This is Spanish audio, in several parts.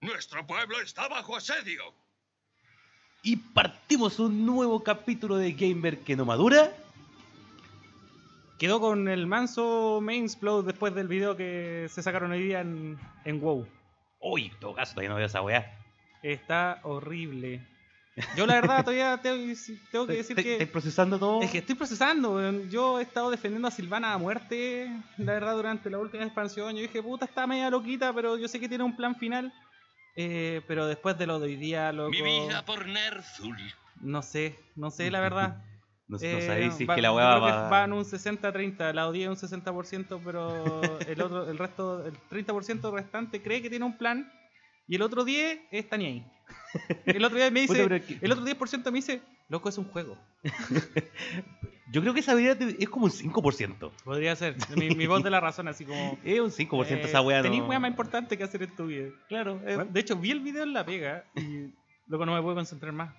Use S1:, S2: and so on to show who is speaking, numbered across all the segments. S1: Nuestro pueblo está bajo asedio.
S2: Y partimos un nuevo capítulo de Gamer que no madura.
S3: Quedó con el manso mainsplode después del video que se sacaron hoy día en, en WoW.
S2: Uy, en todo caso, todavía no veo esa weá.
S3: Está horrible. Yo la verdad todavía tengo, tengo que decir
S2: ¿Estáis-
S3: que...
S2: estáis procesando todo?
S3: Es que este- estoy procesando, weón. yo he estado defendiendo a Silvana a muerte, la verdad, durante la última expansión. Yo dije, puta, está media loquita, pero yo sé que tiene un plan final. Eh, pero después de lo de hoy día, loco,
S1: Mi vida por Nerful.
S3: no sé, no sé, la verdad.
S2: No, no
S3: Eh,
S2: sabéis si es
S3: va-
S2: que la
S3: yo
S2: weá
S3: creo que
S2: va.
S3: va en un 60-30, la odié un 60%, pero el otro, el resto, el 30% restante cree que tiene un plan y el otro 10 está ni ahí. El otro 10 me
S2: Puta,
S3: dice,
S2: pero es que-
S3: el otro 10% me dice, loco, es un juego.
S2: Yo creo que esa habilidad te- es como un 5%.
S3: Podría ser, mi, mi voz de la razón, así como...
S2: Es un 5%
S3: Eh,
S2: esa weá.
S3: tenés
S2: no-
S3: weá más importante que hacer en tu vida. Claro. eh,
S2: Bueno.
S3: De hecho, vi el video en la pega y luego no me pude concentrar más.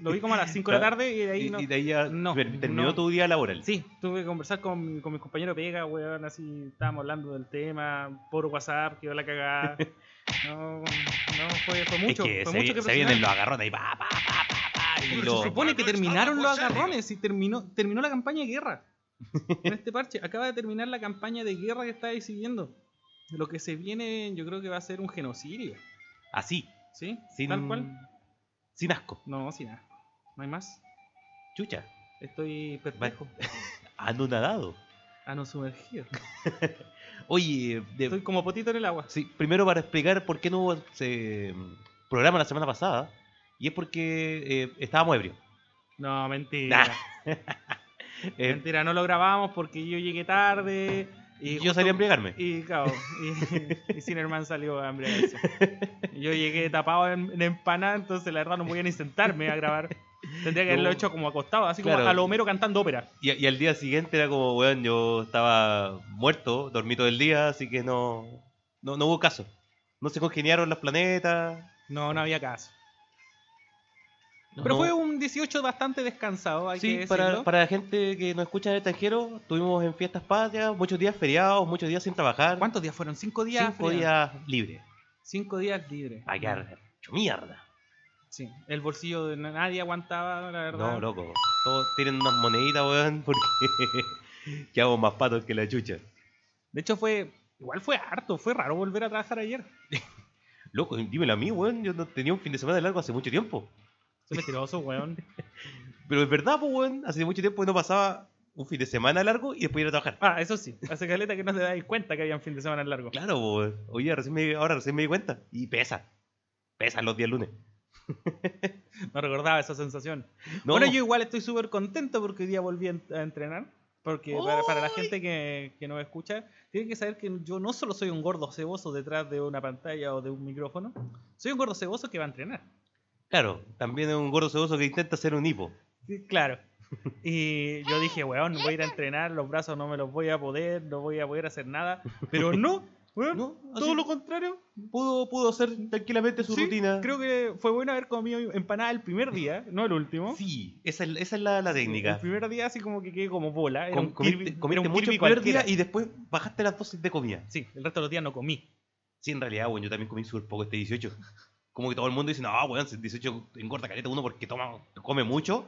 S3: Lo vi como a las 5 de la tarde y de ahí
S2: Y,
S3: no.
S2: y de ahí ya
S3: no,
S2: ter- terminó
S3: no.
S2: tu día laboral.
S3: Sí, tuve que conversar con, con mi compañero Pega, weón, así estábamos hablando del tema, por WhatsApp, quedó la cagada. No, no, fue, fue mucho,
S2: es que
S3: fue
S2: se,
S3: mucho que
S2: vi- se vienen
S3: procesar.
S2: los agarrones ahí, pa, pa, pa, pa, pa, y
S1: Pero
S2: lo-
S3: Se supone que
S1: Pablo está
S3: terminaron
S1: bajo
S3: los
S1: asedio.
S3: agarrones y terminó, terminó la campaña de guerra. En este parche acaba de terminar la campaña de guerra que está ahí siguiendo. Lo que se viene, yo creo que va a ser un genocidio.
S2: así,
S3: ¿Sí?
S2: sin,
S3: Tal cual.
S2: sin asco.
S3: No, sin nada. No hay más.
S2: Chucha,
S3: Estoy perplejo.
S2: anonadado.
S3: A no sumergido.
S2: Oye, de-
S3: Estoy como potito en el agua.
S2: sí, primero para explicar por qué no hubo ese programa la semana pasada, y es porque eh, estábamos ebrios.
S3: No, mentira.
S2: Eh,
S3: Mentira, no lo grabamos porque yo llegué tarde. Y
S2: yo salí a embriagarme.
S3: Y cabo, y, y sin hermano salió hambre. a eso. Yo llegué tapado en, en empanada, entonces la verdad no podía ni sentarme a grabar. Tendría que haberlo
S2: No.
S3: hecho como acostado, así
S2: Claro.
S3: como a Homero cantando ópera.
S2: Y, y al día siguiente era como, weón, yo estaba muerto, dormí todo el día, así que no, no, no hubo caso. No se congeniaron los planetas.
S3: No, no había caso.
S2: no-
S3: Pero
S2: no-
S3: fue un 18 bastante descansado, hay que
S2: Sí, para,
S3: decirlo.
S2: para la gente que nos escucha en el extranjero, estuvimos en fiestas patrias, muchos días feriados, muchos días sin trabajar.
S3: ¿Cuántos días fueron? ¿Cinco días?
S2: Cinco
S3: Fred?
S2: días Ah, libres.
S3: Cinco días libres.
S2: Para quedar hecho mierda.
S3: Sí, el bolsillo de nadie aguantaba, la verdad.
S2: No, loco. Todos tienen unas moneditas, weón, porque quedamos más patos que la chucha.
S3: De hecho fue, igual fue harto, fue raro volver a trabajar ayer.
S2: Loco, dímelo a mí, weón. Yo no tenía un fin de semana largo hace mucho tiempo.
S3: Soy mentiroso, weón.
S2: Pero es verdad, pues, weón. Hace mucho tiempo que no pasaba un fin de semana largo y después ir a trabajar.
S3: Ah, eso sí, hace caleta que no te dais cuenta que había un fin de semana largo.
S2: Claro, po, weón. Oye, recién me, ahora recién me di cuenta. Y pesa. Pesan los días lunes.
S3: No recordaba esa sensación.
S2: No,
S3: Bueno, yo igual estoy súper contento porque hoy día volví a en- a entrenar. Porque para, para la gente que, que no me escucha, tienen que saber que yo no solo soy un gordo ceboso detrás de una pantalla o de un micrófono, soy un gordo ceboso que va a entrenar.
S2: Claro, también es un gordo sedoso que intenta hacer un hipo.
S3: Sí, Claro. Y yo dije, weón, voy a ir a entrenar, los brazos no me los voy a poder, no voy a poder hacer nada. Pero no, weón,
S2: No, así-
S3: todo lo contrario.
S2: Pudo, pudo hacer tranquilamente su
S3: Sí,
S2: rutina.
S3: Creo que fue bueno haber comido empanada el primer día, no el último.
S2: Sí, esa es, esa es la, la técnica.
S3: El primer día así como que quedé como bola. Era
S2: Com-
S3: un
S2: comiste
S3: Kirby-
S2: comiste
S3: era un
S2: mucho
S3: Kirby
S2: el primer día
S3: cualquiera.
S2: y después bajaste las dosis de comida.
S3: Sí, el resto de los días no comí.
S2: Sí, en realidad, bueno, yo también comí súper poco este 18. Como que todo el mundo dice, no, weón, si el 18 engorda caleta uno porque toma, come mucho.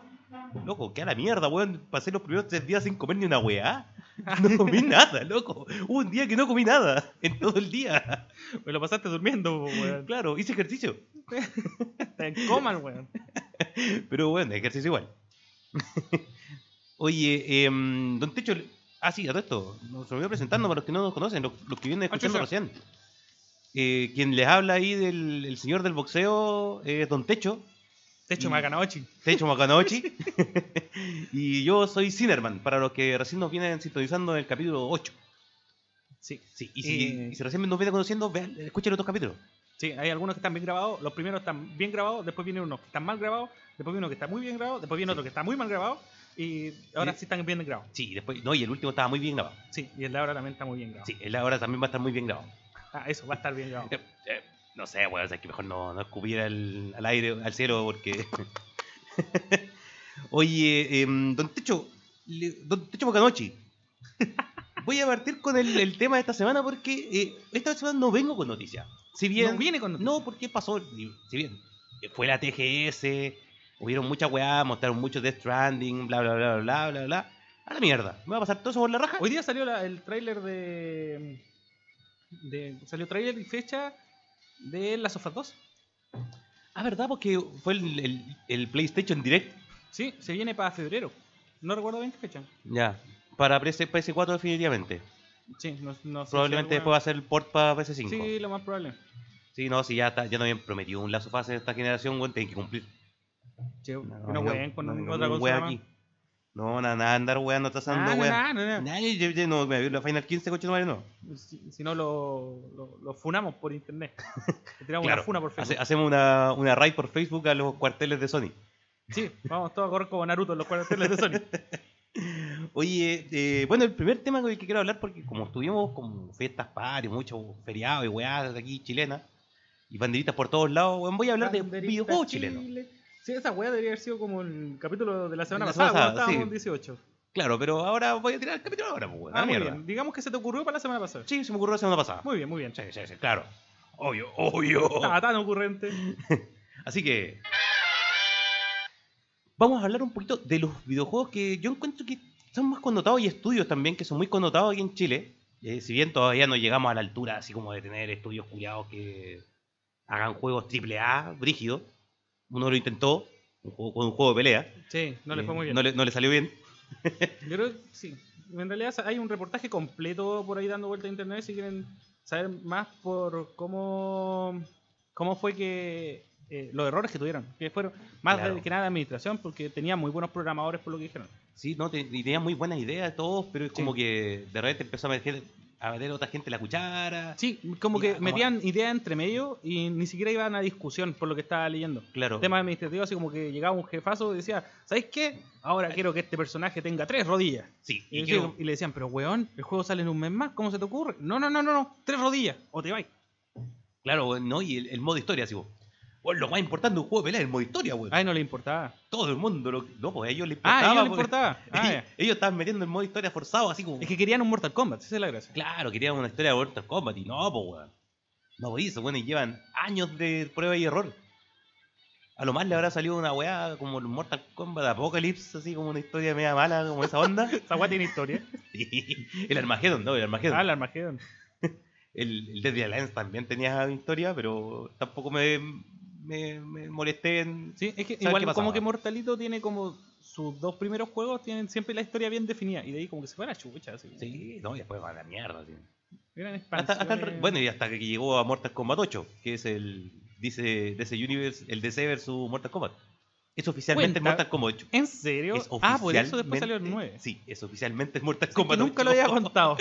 S2: Loco, qué a la mierda, weón. Pasé los primeros tres días sin comer ni una weá. No comí nada, loco. Hubo un día que no comí nada en todo el día.
S3: Me lo pasaste durmiendo, po, weón.
S2: Claro, hice ejercicio.
S3: Está en coma, el weón.
S2: Pero bueno, ejercicio igual. Oye, em, Don Techo, ah, sí, a todo esto, nos olvidó presentando para los que no nos conocen, los, los que vienen escuchando
S3: Ah, chucha.
S2: recién. Eh, quien les habla ahí del el señor del boxeo es Don Techo,
S3: Techo
S2: Y-
S3: Macanochi.
S2: Techo Macanochi. y yo soy Cinerman, para los que recién nos vienen sintonizando en el capítulo 8.
S3: Sí.
S2: Sí, y si,
S3: Eh.
S2: y si recién nos vienen conociendo, vean, escuchen los dos capítulos.
S3: Sí, hay algunos que están bien grabados. Los primeros están bien grabados, después vienen unos que están mal grabados, después viene uno que está muy bien grabado, después viene otro que está muy mal grabado. Y ahora
S2: Sí.
S3: sí están bien grabados.
S2: Sí, y después, no, y el último estaba muy bien grabado.
S3: Sí, y el de ahora también está muy bien grabado.
S2: Sí, el ahora también va a estar muy bien grabado.
S3: Ah, eso, va a estar bien grabado.
S2: Eh, eh, No sé, weón, o sea, que mejor no, no escupir al, al aire, al cielo, porque. Oye, em, don Techo, le- don Techo Bocanochi, voy a partir con el, el tema de esta semana porque eh, esta semana no vengo con noticias. si bien.
S3: No viene con noticias.
S2: No, porque pasó. Si bien eh, fue la TGS, hubieron mucha weá, mostraron mucho Death Stranding, bla, bla, bla, bla, bla, bla. A la mierda. Me va a pasar todo eso por la raja.
S3: Hoy día salió la- el tráiler de, de. Salió tráiler y fecha de Last of Us 2.
S2: Ah, ¿verdad? Porque fue el, el- el PlayStation Direct.
S3: Sí, se viene para febrero. No recuerdo bien qué fecha.
S2: Ya. Para PS- PS4 definitivamente.
S3: Sí, no, no sé si
S2: Probablemente después va
S3: alguna-
S2: a ser el port para PS5.
S3: Sí,
S2: Sí,
S3: lo más probable.
S2: no, si ya, está- ya no habían prometido un lazo fase en esta generación, weón, tienen que cumplir.
S3: Che,
S2: No,
S3: que no jueguen con
S2: no,
S3: otra
S2: no,
S3: cosa.
S2: wea aquí. No, nada, nada, andar weando, tasando,
S3: Ah, no,
S2: weón.
S3: nada, no, nada. Pues
S2: Nadie, yo- yo no, me vi la Final 15, coche, no, vale, no.
S3: Si, si no, lo, lo, lo funamos por internet. Le tiramos
S2: Claro,
S3: una funa por Facebook.
S2: hace- hacemos una, una raid por Facebook a los cuarteles de Sony.
S3: Sí, vamos todos a correr como Naruto en los cuarteles de Sony.
S2: Oye, eh, bueno, el primer tema con el que quiero hablar, porque como estuvimos con fiestas pares, muchos feriados y weás de aquí chilenas, y banderitas por todos lados, weón, voy a hablar de
S3: Banderita
S2: videojuegos
S3: Chile.
S2: chilenos.
S3: Sí, esa weá debería haber sido como el capítulo de la semana
S2: De la
S3: pasada,
S2: semana
S3: cuando
S2: pasada,
S3: estábamos en
S2: sí.
S3: 18.
S2: Claro, pero ahora voy a tirar el capítulo ahora, pues, weón, a
S3: Ah,
S2: la
S3: muy
S2: mierda.
S3: bien. Digamos que se te ocurrió para la semana pasada.
S2: Sí, se me ocurrió la semana pasada.
S3: Muy bien, muy bien. Ah.
S2: Sí, sí, sí, claro. Obvio, obvio.
S3: Estaba tan ocurrente.
S2: Así que. Vamos a hablar un poquito de los videojuegos que yo encuentro que son más connotados y estudios también que son muy connotados aquí en Chile. Eh, si bien todavía no llegamos a la altura así como de tener estudios culiados que hagan juegos triple A, brígido. Uno lo intentó un juego- con un juego de pelea.
S3: Sí, no le
S2: Eh,
S3: fue muy bien.
S2: No le, no le salió bien.
S3: Yo creo que sí. En realidad hay un reportaje completo por ahí dando vuelta a internet si quieren saber más por cómo, cómo fue que eh, los errores que tuvieron, que fueron más
S2: Claro.
S3: de- que nada de administración porque tenía muy buenos programadores por lo que dijeron.
S2: Sí, no, te- y tenía muy buenas ideas todos, pero es
S3: Sí.
S2: como que de repente empezó a meter, a meter otra gente la cuchara.
S3: Sí, como
S2: Ya,
S3: que
S2: vamos a-
S3: metían ideas entre medio y ni siquiera iban a discusión por lo que estaba leyendo.
S2: Claro.
S3: Temas administrativos, así como que llegaba un jefazo y decía, ¿sabes qué? Ahora quiero que este personaje tenga tres rodillas.
S2: Sí,
S3: Y,
S2: y
S3: le
S2: quiero-
S3: decían- y le decían, pero weón, el juego sale en un mes más, ¿cómo se te ocurre? No, no, no, no, no, tres rodillas, o te vais.
S2: Claro, weón, ¿no? Y el, el modo historia, así, weón. Weón, lo más importante de un juego de pelea es el modo historia, weón.
S3: A él no le importaba.
S2: Todo el mundo lo. No, pues a ellos les importaba.
S3: Ah, a ellos le
S2: porque-
S3: importaba. Ah, ya.
S2: ellos estaban metiendo el modo historia forzado, así como.
S3: Es que querían un Mortal Kombat, esa es la gracia.
S2: Claro, querían una historia de Mortal Kombat y no, pues, weón. No, pues eso, weón, y llevan años de prueba y error. A lo más le habrá salido una weá como el Mortal Kombat Apocalypse, así como una historia media mala, como esa onda.
S3: Esa weá tiene historia.
S2: Sí, el Armageddon, no, el Armageddon.
S3: Ah, el Armagedón.
S2: El, el Deadly Alliance también tenía historia, pero tampoco me, me, me molesté en.
S3: Sí, es que
S2: ¿Sabes
S3: igual
S2: qué pasaba?
S3: como que Mortalito tiene como sus dos primeros juegos tienen siempre la historia bien definida y de ahí como que se van a chucha. Así.
S2: Sí, no, y después va a la mierda. sí.
S3: Eran
S2: Hasta, hasta el re-
S3: expansiones.
S2: bueno, y hasta que llegó a Mortal Kombat 8, que es el dice DC Universe, el DC versus Mortal Kombat. Es oficialmente el
S3: Cuenta.
S2: Mortal Kombat 8.
S3: ¿En serio?
S2: Es
S3: ah, por eso
S2: oficialmente-
S3: después salió el 9.
S2: Sí, es oficialmente el Mortal
S3: Es que
S2: Kombat 8.
S3: nunca lo había contado.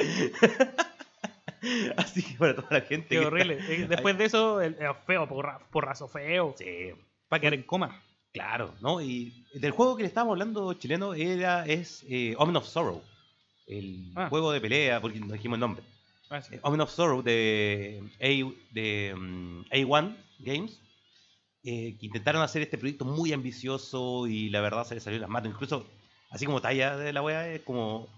S2: Así que para toda la gente.
S3: Qué
S2: que
S3: horrible. Eh, Después de eso, el, el feo, porra- porrazo feo.
S2: está- Sí,
S3: Para quedar en coma.
S2: claro, ¿no? Y del juego que le estábamos hablando chileno era es eh, Omen of Sorrow. El
S3: Ah.
S2: juego de pelea, porque no dijimos el nombre.
S3: Ah, sí.
S2: Eh, Omen of Sorrow de, eh, A, de mm, A1 Games, eh, que intentaron hacer este proyecto muy ambicioso y la verdad se les salió las manos. Incluso, así como talla de la wea, es como.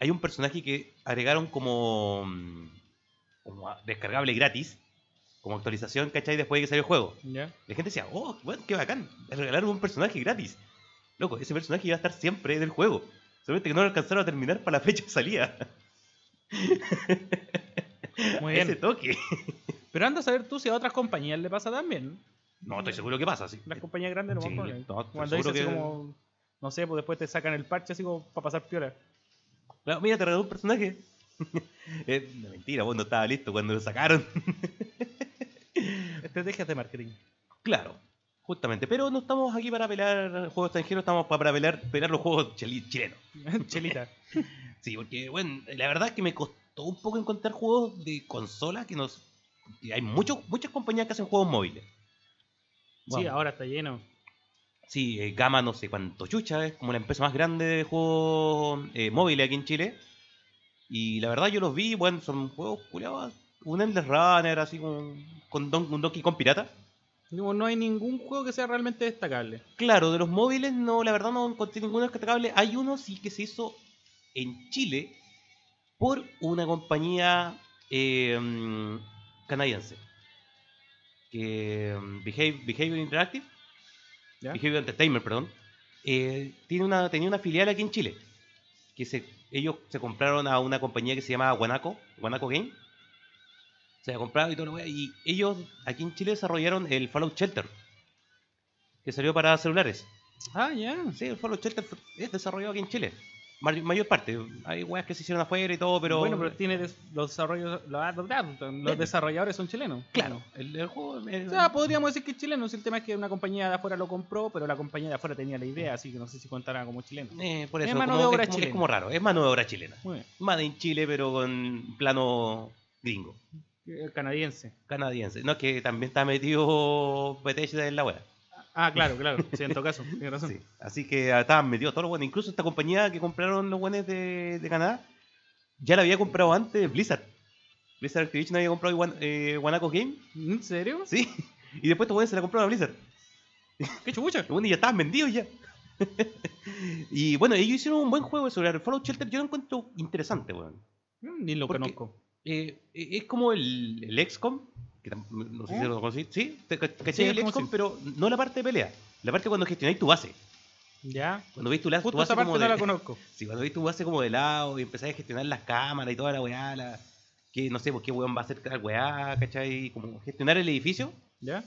S2: Hay un personaje que agregaron como. mm, como a- descargable gratis, como actualización, ¿cachai? Después de que salió el juego.
S3: Ya.
S2: La gente decía, oh, weón, qué bacán, le regalaron un personaje gratis. Loco, ese personaje iba a estar siempre en el juego. Solamente que no lo alcanzaron a terminar para la fecha de salida.
S3: Muy
S2: Ese
S3: bien.
S2: toque.
S3: Pero anda a saber tú si a otras compañías le pasa también.
S2: No, estoy seguro que pasa, sí.
S3: Las compañías grandes lo
S2: Sí,
S3: van a poner.
S2: no, estoy
S3: Cuando
S2: seguro
S3: dicen así
S2: que-
S3: como, no sé, pues después te sacan el parche así como para pasar piola.
S2: Claro, mira, te regaló un personaje. es una mentira, vos no estaba listo cuando lo sacaron.
S3: Estrategias de marketing.
S2: claro, justamente. Pero no estamos aquí para pelear juegos extranjeros, estamos pa- para pelear, pelear los juegos chili- chilenos.
S3: Chelita.
S2: Sí, porque, bueno, la verdad es que me costó un poco encontrar juegos de consola que nos... que hay mucho, muchas compañías que hacen juegos móviles.
S3: Sí,
S2: Wow.
S3: ahora está lleno.
S2: Sí, eh, Gama no sé cuánto chucha, es como la empresa más grande de juegos eh, móviles aquí en Chile. Y la verdad yo los vi, bueno, son juegos culiados, un Endless Runner, así con, con Don- un Donkey Kong pirata.
S3: Digo, no hay ningún juego que sea realmente destacable.
S2: Claro, de los móviles no, la verdad no encontré ninguno destacable. Hay uno sí que se hizo en Chile por una compañía eh, mm, canadiense. que mm, Behave- Behavior Interactive,
S3: ¿Ya?
S2: Behavior Entertainment, perdón, eh, tiene una, tenía una filial aquí en Chile. Que se, ellos se compraron a una compañía que se llama Guanaco, Guanaco Game. Se la compraron y todo lo wea, Y ellos aquí en Chile desarrollaron el Fallout Shelter, que salió para celulares.
S3: Ah, ya.
S2: Sí, el Fallout Shelter fue- es desarrollado aquí en Chile. Mar- mayor parte. Hay weas que se hicieron afuera y todo, pero.
S3: Bueno, pero tiene des- los desarrollos, los, los desarrolladores son chilenos.
S2: Claro, el, el juego. eh, el-
S3: O sea, podríamos decir que es chileno. El tema es que una compañía de afuera lo compró, pero la compañía de afuera tenía la idea, así que no sé si contará como chileno.
S2: eh, por
S3: es
S2: eso,
S3: mano
S2: como-
S3: de obra
S2: como-
S3: chilena.
S2: como raro, es mano de obra chilena.
S3: Muy
S2: Made in Chile, pero con plano gringo,
S3: bien. Eh, Canadiense.
S2: canadiense. No, que también está metido Bethesda en la wea.
S3: Ah, claro, claro. Sí, en todo caso. Tienes razón.
S2: Sí. Así que ah, estaban metidos todos los buenos. Incluso esta compañía que compraron los buenos de, de Canadá, ya la había comprado antes Blizzard. Blizzard Activision había comprado Guan- eh, Guanaco Game,
S3: ¿En serio?
S2: sí. Y después estos buenos se la compraron a Blizzard.
S3: ¿Qué chucha?
S2: Bueno, y ya estaban vendidos ya. y bueno, ellos hicieron un buen juego de celular. Fallout Shelter yo lo encuentro interesante, weón.
S3: Mm, Ni lo
S2: ¿Por qué?
S3: conozco.
S2: Eh, eh, es como el, el XCOM, que tam- no sé si
S3: ¿Eh?
S2: lo conocí. Sí, te ca-
S3: Sí,
S2: caché
S3: es
S2: el
S3: como
S2: XCOM,
S3: si-
S2: pero no la parte de pelea. La parte cuando gestionáis tu base.
S3: Ya.
S2: Cuando veis tu, la- tu
S3: Justo
S2: base
S3: esa parte
S2: como
S3: no
S2: de,
S3: la conozco.
S2: Sí, cuando veis tu base como de lado y empezáis a gestionar las cámaras y toda la weá, la- que no sé por qué weón va a hacer cada weá, ¿cachai? Como gestionar el edificio.
S3: ¿Ya?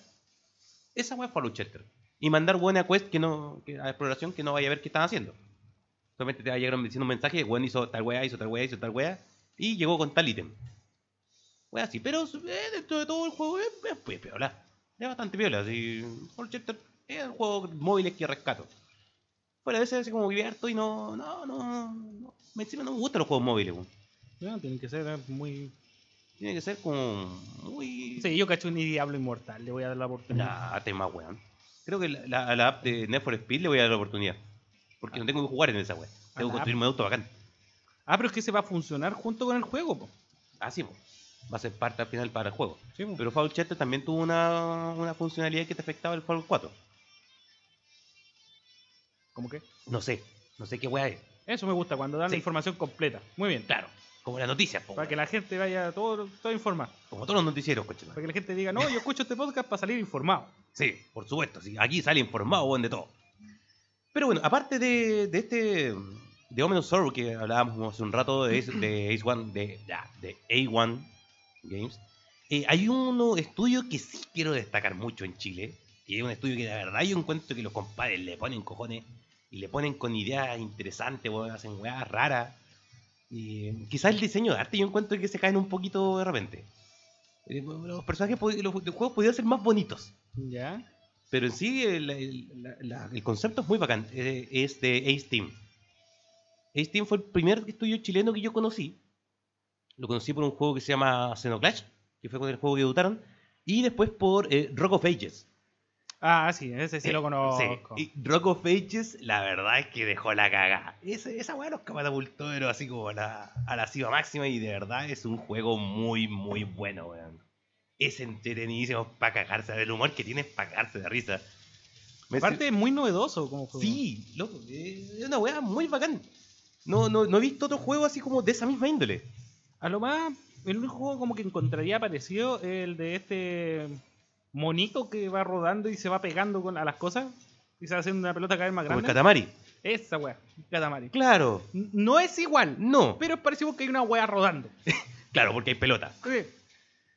S2: Esa weá es Fallout Shelter. Y mandar buena quest que no, que a exploración que no vaya a ver qué están haciendo. Solamente te va a llegar un- diciendo un mensaje de weón hizo tal weá, hizo tal weá, hizo tal weá. Y llegó con tal ítem. Weá así, pero eh, dentro de todo el juego es, es, pues, piola. Es bastante piola. Así, Fallout Shelter es el juego móvil que rescato. Fuera de ese, así como vivir harto y no, no, no, no. Encima no me gustan los juegos móviles, weón.
S3: Ya, tienen que ser eh, muy...
S2: Tiene que ser como muy.
S3: Sí, yo cacho un Diablo Inmortal. Le voy a dar la oportunidad.
S2: La tema, weón. Creo que la, la- a la app de Need for Speed le voy a dar la oportunidad. Porque no tengo que jugar en esa weón.
S3: ¿A
S2: Tengo
S3: Ah. la
S2: que construir un auto bacán.
S3: Ah, pero es que se va a funcionar junto con el juego, po.
S2: Así, Ah, po. va a ser parte al final para el juego.
S3: Sí, po.
S2: Pero Fallout Shelter también tuvo una, una funcionalidad que te afectaba el Fallout 4.
S3: ¿Cómo que?
S2: No sé, no sé qué weá es.
S3: Eso me gusta, cuando dan la
S2: Sí.
S3: información completa. Muy bien.
S2: Claro, como las noticias, po,
S3: Para que
S2: weón.
S3: la gente vaya todo, todo informado.
S2: como todos los noticieros, coche.
S3: Para que la gente diga, no, yo escucho este podcast para salir informado.
S2: Sí, por supuesto, sí. aquí sale informado weón, de todo. Pero bueno, aparte de, de este. de Omen of Sorrow que hablábamos hace un rato, de Ace, de Ace One, de, ya, de A1 Games, eh, hay un estudio que sí quiero destacar mucho en Chile, que es un estudio que la verdad yo encuentro que los compadres le ponen cojones y le ponen con ideas interesantes, weón, hacen weas raras. Y quizás el diseño de arte yo encuentro que se caen un poquito de repente. Eh, Los personajes, pod- los juegos podrían ser más bonitos.
S3: Ya.
S2: Pero en sí, el, el- la- la- el concepto es muy bacán. Eh, es de Ace Team. Ace Team fue el primer estudio chileno que yo conocí. Lo conocí por un juego que se llama Xenoclash, que fue con el juego que debutaron. Y después por eh, Rock of Ages.
S3: Ah, sí, ese sí lo
S2: Eh,
S3: conozco.
S2: sí. Y Rock of Ages, la verdad es que dejó la cagada. Ese- esa weá los catapultó, pero así como a la, a la cima máxima. Y de verdad es un juego muy, muy bueno, weón. Es entretenidísimo para cagarse. El humor que tiene es para cagarse de risa. Me-
S3: Aparte, es muy novedoso como juego.
S2: Sí, loco, eh, es una weá muy bacán. No, no, no he visto otro juego así como de esa misma índole.
S3: A lo más, el único juego como que encontraría parecido es el de este monito que va rodando y se va pegando con, a las cosas y se va haciendo una pelota cada vez más
S2: Como el
S3: grande.
S2: Katamari.
S3: Esa wea, Katamari.
S2: Claro,
S3: N- No es igual,
S2: no.
S3: pero es parecido que hay una wea rodando.
S2: Claro, porque hay pelota.
S3: Sí,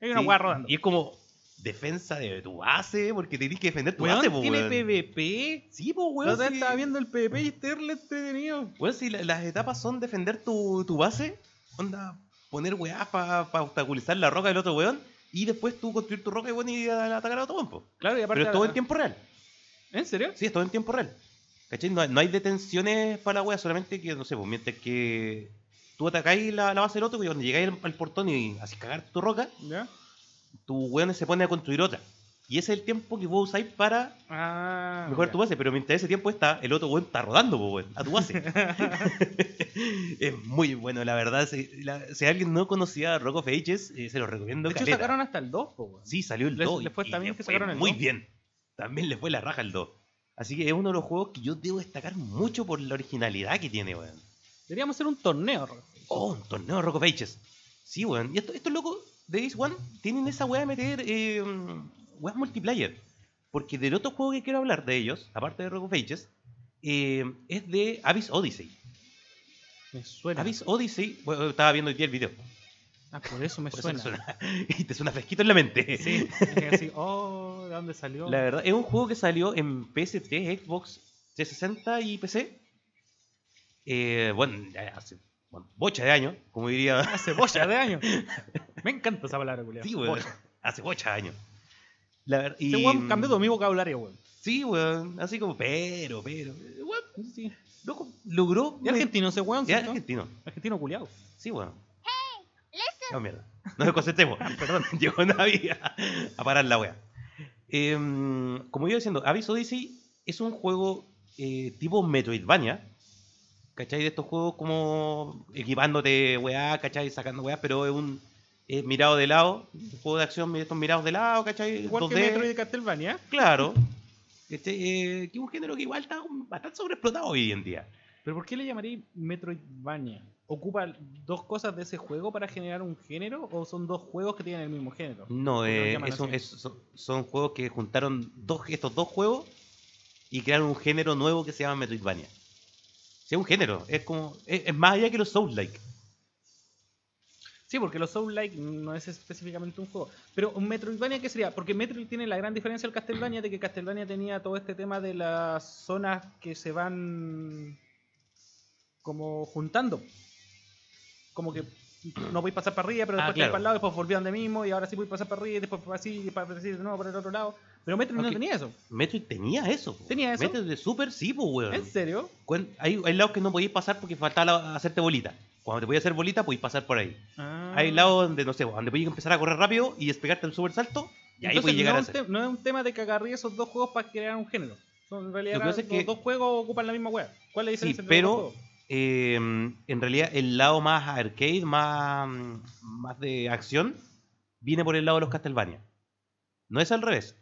S3: hay una
S2: Sí,
S3: wea rodando.
S2: Y es como defensa de tu base, porque tenés que defender tu
S3: Weón,
S2: base, po,
S3: tiene
S2: weón.
S3: PvP.
S2: Sí, po,
S3: La
S2: weón.
S3: otra vez
S2: sí.
S3: estaba viendo el PvP y Sterle entretenido.
S2: Weón, si la- las etapas son defender tu, tu base, onda, poner weá para obstaculizar la roca del otro weón, y después tú construir tu roca weón, y a- atacar a otro weón, po.
S3: Claro, y aparte.
S2: Pero es todo
S3: la-
S2: en tiempo real.
S3: ¿En serio?
S2: Sí, es todo en tiempo real. ¿Cachai? No, hay- no hay detenciones para la wea, solamente que, no sé, pues mientras que tú atacáis la, la base del otro, y cuando llegáis al, al portón y así cagar tu roca,
S3: ¿Ya?
S2: tu weón se pone a construir otra. Y ese es el tiempo que vos usáis para
S3: Ah.
S2: mejorar
S3: ya.
S2: tu base, pero mientras ese tiempo está, el otro weón está rodando, po, weón, a tu base. es muy bueno, la verdad. Si, la- si alguien no conocía Rock of Ages, eh, se los recomiendo.
S3: De hecho,
S2: caleta.
S3: sacaron hasta el 2, po, weón.
S2: Sí, salió el
S3: Les-
S2: 2.
S3: les fue
S2: y
S3: también
S2: le
S3: que
S2: fue
S3: sacaron el
S2: Muy
S3: 2.
S2: bien. También le fue la raja el 2. Así que es uno de los juegos que yo debo destacar mucho por la originalidad que tiene, weón.
S3: Deberíamos hacer un torneo, Rock.
S2: Oh, un torneo de Rock of Ages. Sí, weón. Y esto- estos locos de Ace One tienen esa weá de meter eh, mm, weas multiplayer. Porque del otro juego que quiero hablar de ellos, aparte de Rock of Ages, eh, es de Abyss Odyssey.
S3: Me suena.
S2: Abyss Odyssey, bueno, estaba viendo hoy día el video.
S3: Ah, por eso me
S2: por eso te
S3: suena.
S2: suena. y te suena fresquito en la mente.
S3: Sí, es así, oh, ¿de dónde salió?
S2: La verdad, es un juego que salió en PS3, Xbox 360 y PC. Eh, bueno, ya hace bueno, bocha de años, como diría.
S3: Hace bocha Ah, de años. Me encanta esa palabra, culiao.
S2: Sí, weón.
S3: Bocha.
S2: Hace bocha de años. La verdad, y...
S3: Ese weón cambió todo mi vocabulario, weón.
S2: Sí, weón. Así como, pero, pero. Weón,
S3: Sí.
S2: loco, logró. e-
S3: Y argentino ese weón,
S2: Es
S3: ¿cierto?
S2: argentino.
S3: Argentino culiao.
S2: Sí, weón. No, mierda. No nos concentremos. Perdón, llegó Navidad a parar la wea. Em, como iba diciendo, Abyss Odyssey es un juego eh, tipo Metroidvania. ¿Cachai? De estos juegos como equipándote weá, ¿cachai? Sacando weá, pero es un eh, mirado de lado. Un juego de acción de estos mirados de lado, ¿cachai?
S3: Igual que
S2: 2D.
S3: Metroid de Castlevania.
S2: Claro. Este, eh, que es un género que igual está un- bastante sobreexplotado hoy en día.
S3: ¿Pero por qué le llamaría Metroidvania? ¿Ocupa dos cosas de ese juego para generar un género o son dos juegos que tienen el mismo género?
S2: No,
S3: lo
S2: eh,
S3: llaman
S2: es un-
S3: así.
S2: es- son, son juegos que juntaron dos, estos dos juegos y crearon un género nuevo que se llama Metroidvania. Sí, es un género, es como es, es más allá que los Soul-like.
S3: Sí, porque los Soul-like no es específicamente un juego. Pero un Metroidvania, ¿qué sería? Porque Metroid tiene la gran diferencia del Castlevania de que Castlevania tenía todo este tema de las zonas que se van como juntando. Como que no voy a pasar para arriba, pero
S2: Ah,
S3: después
S2: claro.
S3: para el lado, después volví donde mismo, y ahora sí voy a pasar para arriba, y después para así, y para para así, de nuevo para el otro lado. Pero Metroid no
S2: Ok.
S3: tenía eso.
S2: Metroid tenía eso. po.
S3: ¿Tenía eso?
S2: Metroid de Super sí, po, weón.
S3: ¿En serio?
S2: Cuen- Hay, hay lados que no podías pasar porque faltaba la- hacerte bolita. Cuando te podías hacer bolita, podías pasar por ahí. Hay
S3: Ah.
S2: lados donde, no sé, donde podías empezar a correr rápido y despegarte el super salto y ahí
S3: Entonces,
S2: podías llegar
S3: no
S2: a
S3: es un
S2: hacer.
S3: te- No es un tema de que agarré esos dos juegos para crear un género. Son, en realidad,
S2: Lo que pasa
S3: los
S2: es que-
S3: dos juegos ocupan la misma web. ¿Cuál es la
S2: Sí,
S3: diferencia entre los
S2: pero
S3: dos juegos?
S2: eh, en realidad el lado más arcade, más, mm, más de acción, viene por el lado de los Castlevania. No es al revés.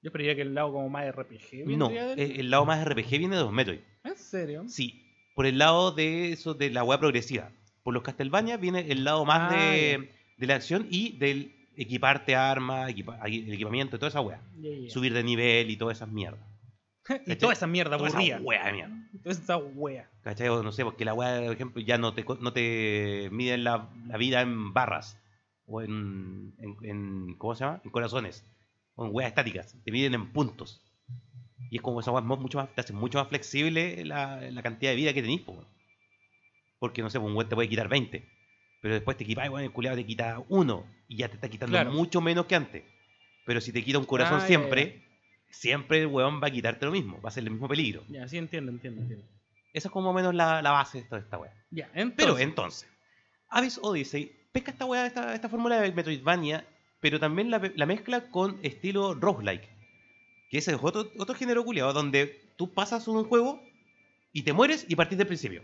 S3: Yo esperaría que el lado como más RPG
S2: No,
S3: vendría del-
S2: eh, el lado más RPG viene de los Metroid.
S3: ¿En serio?
S2: Sí, por el lado de eso de la weá progresiva. Por los Castlevania viene el lado más
S3: Ah,
S2: de, de la acción y del equiparte armas, equipa- el equipamiento y toda esa weá.
S3: Ya, ya, ya.
S2: Subir de nivel y todas esas mierdas.
S3: y toda esa mierda
S2: Toda esa
S3: aburrida.
S2: weá de mierda.
S3: Toda esa wea.
S2: ¿Cachai? O no sé, porque la weá, por ejemplo, ya no te, co- no te miden la, la vida en barras. O en, en, en- ¿Cómo se llama? En corazones. O en weas estáticas. Te miden en puntos. Y es como esa weá es mo- mucho más, te hace mucho más flexible la, la cantidad de vida que tenés, po, weón. Porque, no sé, un weón te puede quitar 20. Pero después te equipás, weón, el culiado te quita uno. Y ya te está quitando
S3: Claro.
S2: mucho menos que antes. Pero si te quita un corazón
S3: Ah, ya,
S2: siempre, siempre el weón va a quitarte lo mismo. Va a ser el mismo peligro.
S3: Ya, sí entiendo, entiendo, entiendo.
S2: Esa es como más o menos la, la base de toda esta weá.
S3: Ya, entonces,
S2: Pero entonces, Abyss Odyssey pesca esta weá, esta, esta fórmula de Metroidvania, pero también la, la mezcla con estilo roguelike, que ese es otro, otro género culiado donde tú pasas un juego y te mueres y partís del principio.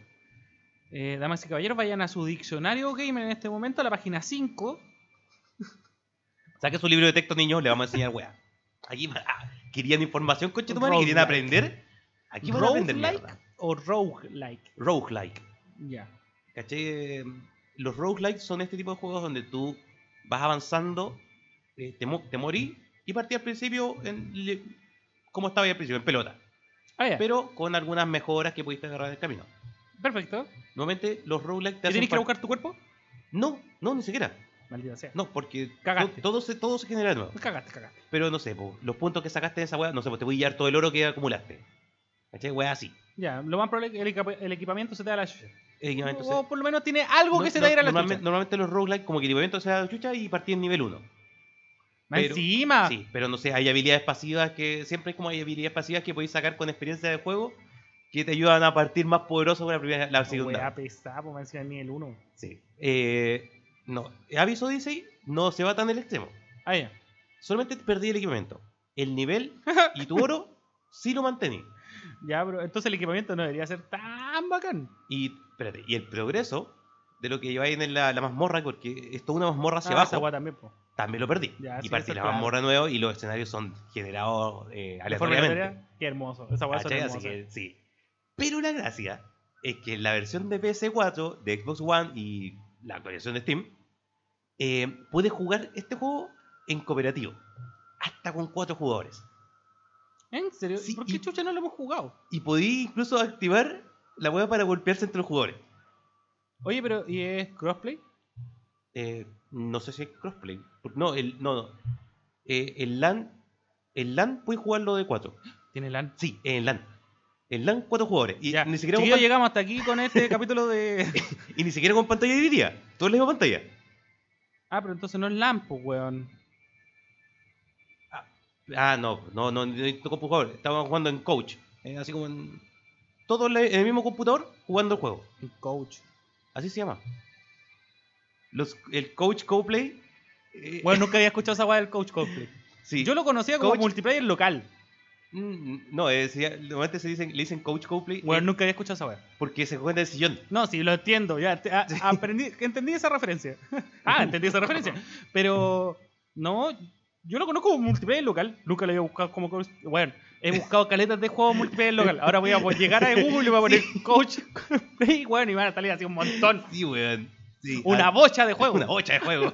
S3: eh, damas y caballeros, vayan a su diccionario gamer en este momento, a la página 5.
S2: Saque su libro de texto, niños, le vamos a enseñar weá. Aquí ah, querían información, coche tu madre, querían
S3: Roguelike.
S2: aprender. Aquí van a aprender
S3: ¿Roguelike
S2: mierda.
S3: o roguelike?
S2: Roguelike.
S3: Ya.
S2: ¿Caché? Los roguelites son este tipo de juegos donde tú vas avanzando, eh, te, mo- te morí y partí al principio en li- como estaba ahí al principio, en pelota.
S3: Ah, ya.
S2: Pero con algunas mejoras que pudiste agarrar en el camino.
S3: Perfecto.
S2: Nuevamente, los roguelites te
S3: ¿Y
S2: hacen
S3: tenés que ir
S2: par-
S3: a buscar tu cuerpo?
S2: No, no, ni siquiera.
S3: Maldita sea.
S2: No, porque to-
S3: Cagaste.
S2: todo se, todo se genera de nuevo.
S3: Cagaste, cagaste.
S2: Pero no sé, po, los puntos que sacaste de esa weá, no sé, pues te voy a guiar todo el oro que acumulaste. ¿Cachai? Weá así.
S3: Ya, lo más probable es que el, equipa- el equipamiento se te da la chucha.
S2: Eh, ya, entonces-
S3: o por lo menos tiene algo que
S2: No-
S3: se te da
S2: no-
S3: a la
S2: normalmente,
S3: chucha.
S2: normalmente los roguelites como que el evento se da la chucha y partí en nivel 1.
S3: Más
S2: pero-
S3: encima.
S2: Sí, pero no sé, hay habilidades pasivas que siempre hay como hay habilidades pasivas que podéis sacar con experiencia de juego que te ayudan a partir más poderoso con la primera la segunda.
S3: Wea pesada, pues, más encima el nivel 1.
S2: Sí. Eh, no, Abyss Odyssey no se va tan al extremo.
S3: Ah, ya.
S2: Solamente te perdí el equipamiento. El nivel y tu oro sí lo mantení.
S3: Ya, pero entonces el equipamiento no debería ser tan bacán.
S2: Y espérate, y el progreso de lo que lleváis en la, la mazmorra, porque es toda una mazmorra hacia
S3: Ah, esa
S2: abajo,
S3: wea también, po.
S2: también lo perdí.
S3: Ya, sí,
S2: y partí
S3: eso
S2: la
S3: claro.
S2: mazmorra nueva y los escenarios son generados eh,
S3: De forma
S2: aleatoriamente.
S3: aleatoria, Qué hermoso. Esa wea son
S2: ¿Cachai? Así
S3: hermosas.
S2: que sí. Pero la gracia es que en la versión de PS4, de Xbox One y la actualización de Steam, eh, puedes jugar este juego en cooperativo. hasta con cuatro jugadores.
S3: ¿En serio?
S2: Sí,
S3: ¿Y por qué
S2: y-
S3: chucha no lo hemos jugado?
S2: Y podí incluso activar la hueá para golpearse entre los jugadores.
S3: Oye, pero ¿y es crossplay?
S2: Eh, no sé si es crossplay. No, el, no, no. Eh, el LAN. El LAN puede jugarlo de cuatro.
S3: Tiene LAN.
S2: Sí, en el LAN. En LAN cuatro jugadores. Y
S3: Ya.
S2: ni siquiera
S3: Chiquillos,
S2: con pan-
S3: llegamos hasta aquí con este capítulo de.
S2: Y ni siquiera con pantalla dividida. Todo en la misma pantalla.
S3: Ah, pero entonces no es LAN, pues, weón.
S2: Ah, no, no, no, no necesito computador. Estaban jugando en coach. eh, así como en. Todo en la- en el mismo computador jugando el juego.
S3: El coach.
S2: Así se llama. Los, el coach coplay. eh,
S3: Bueno, nunca había escuchado esa weá del coach crossplay.
S2: sí.
S3: Yo lo conocía como
S2: Coach.
S3: multiplayer local.
S2: Mm, No, eh, se- normalmente se dicen, le dicen coach coplay. eh,
S3: Bueno, nunca había escuchado esa weá.
S2: Porque se juega en el sillón.
S3: No, sí, lo entiendo. Ya te- a- aprendí, entendí esa referencia. ah, entendí esa referencia. Pero no, yo lo conozco como multiplayer local. Nunca lo había buscado como coach. Bueno, he buscado caletas de juegos multiplayer local. Ahora voy a po- llegar a Google y voy a poner coach. y bueno, y van a salir así un montón.
S2: Sí, weón. Sí.
S3: Una
S2: Ah,
S3: bocha de juegos.
S2: Una bocha de juego.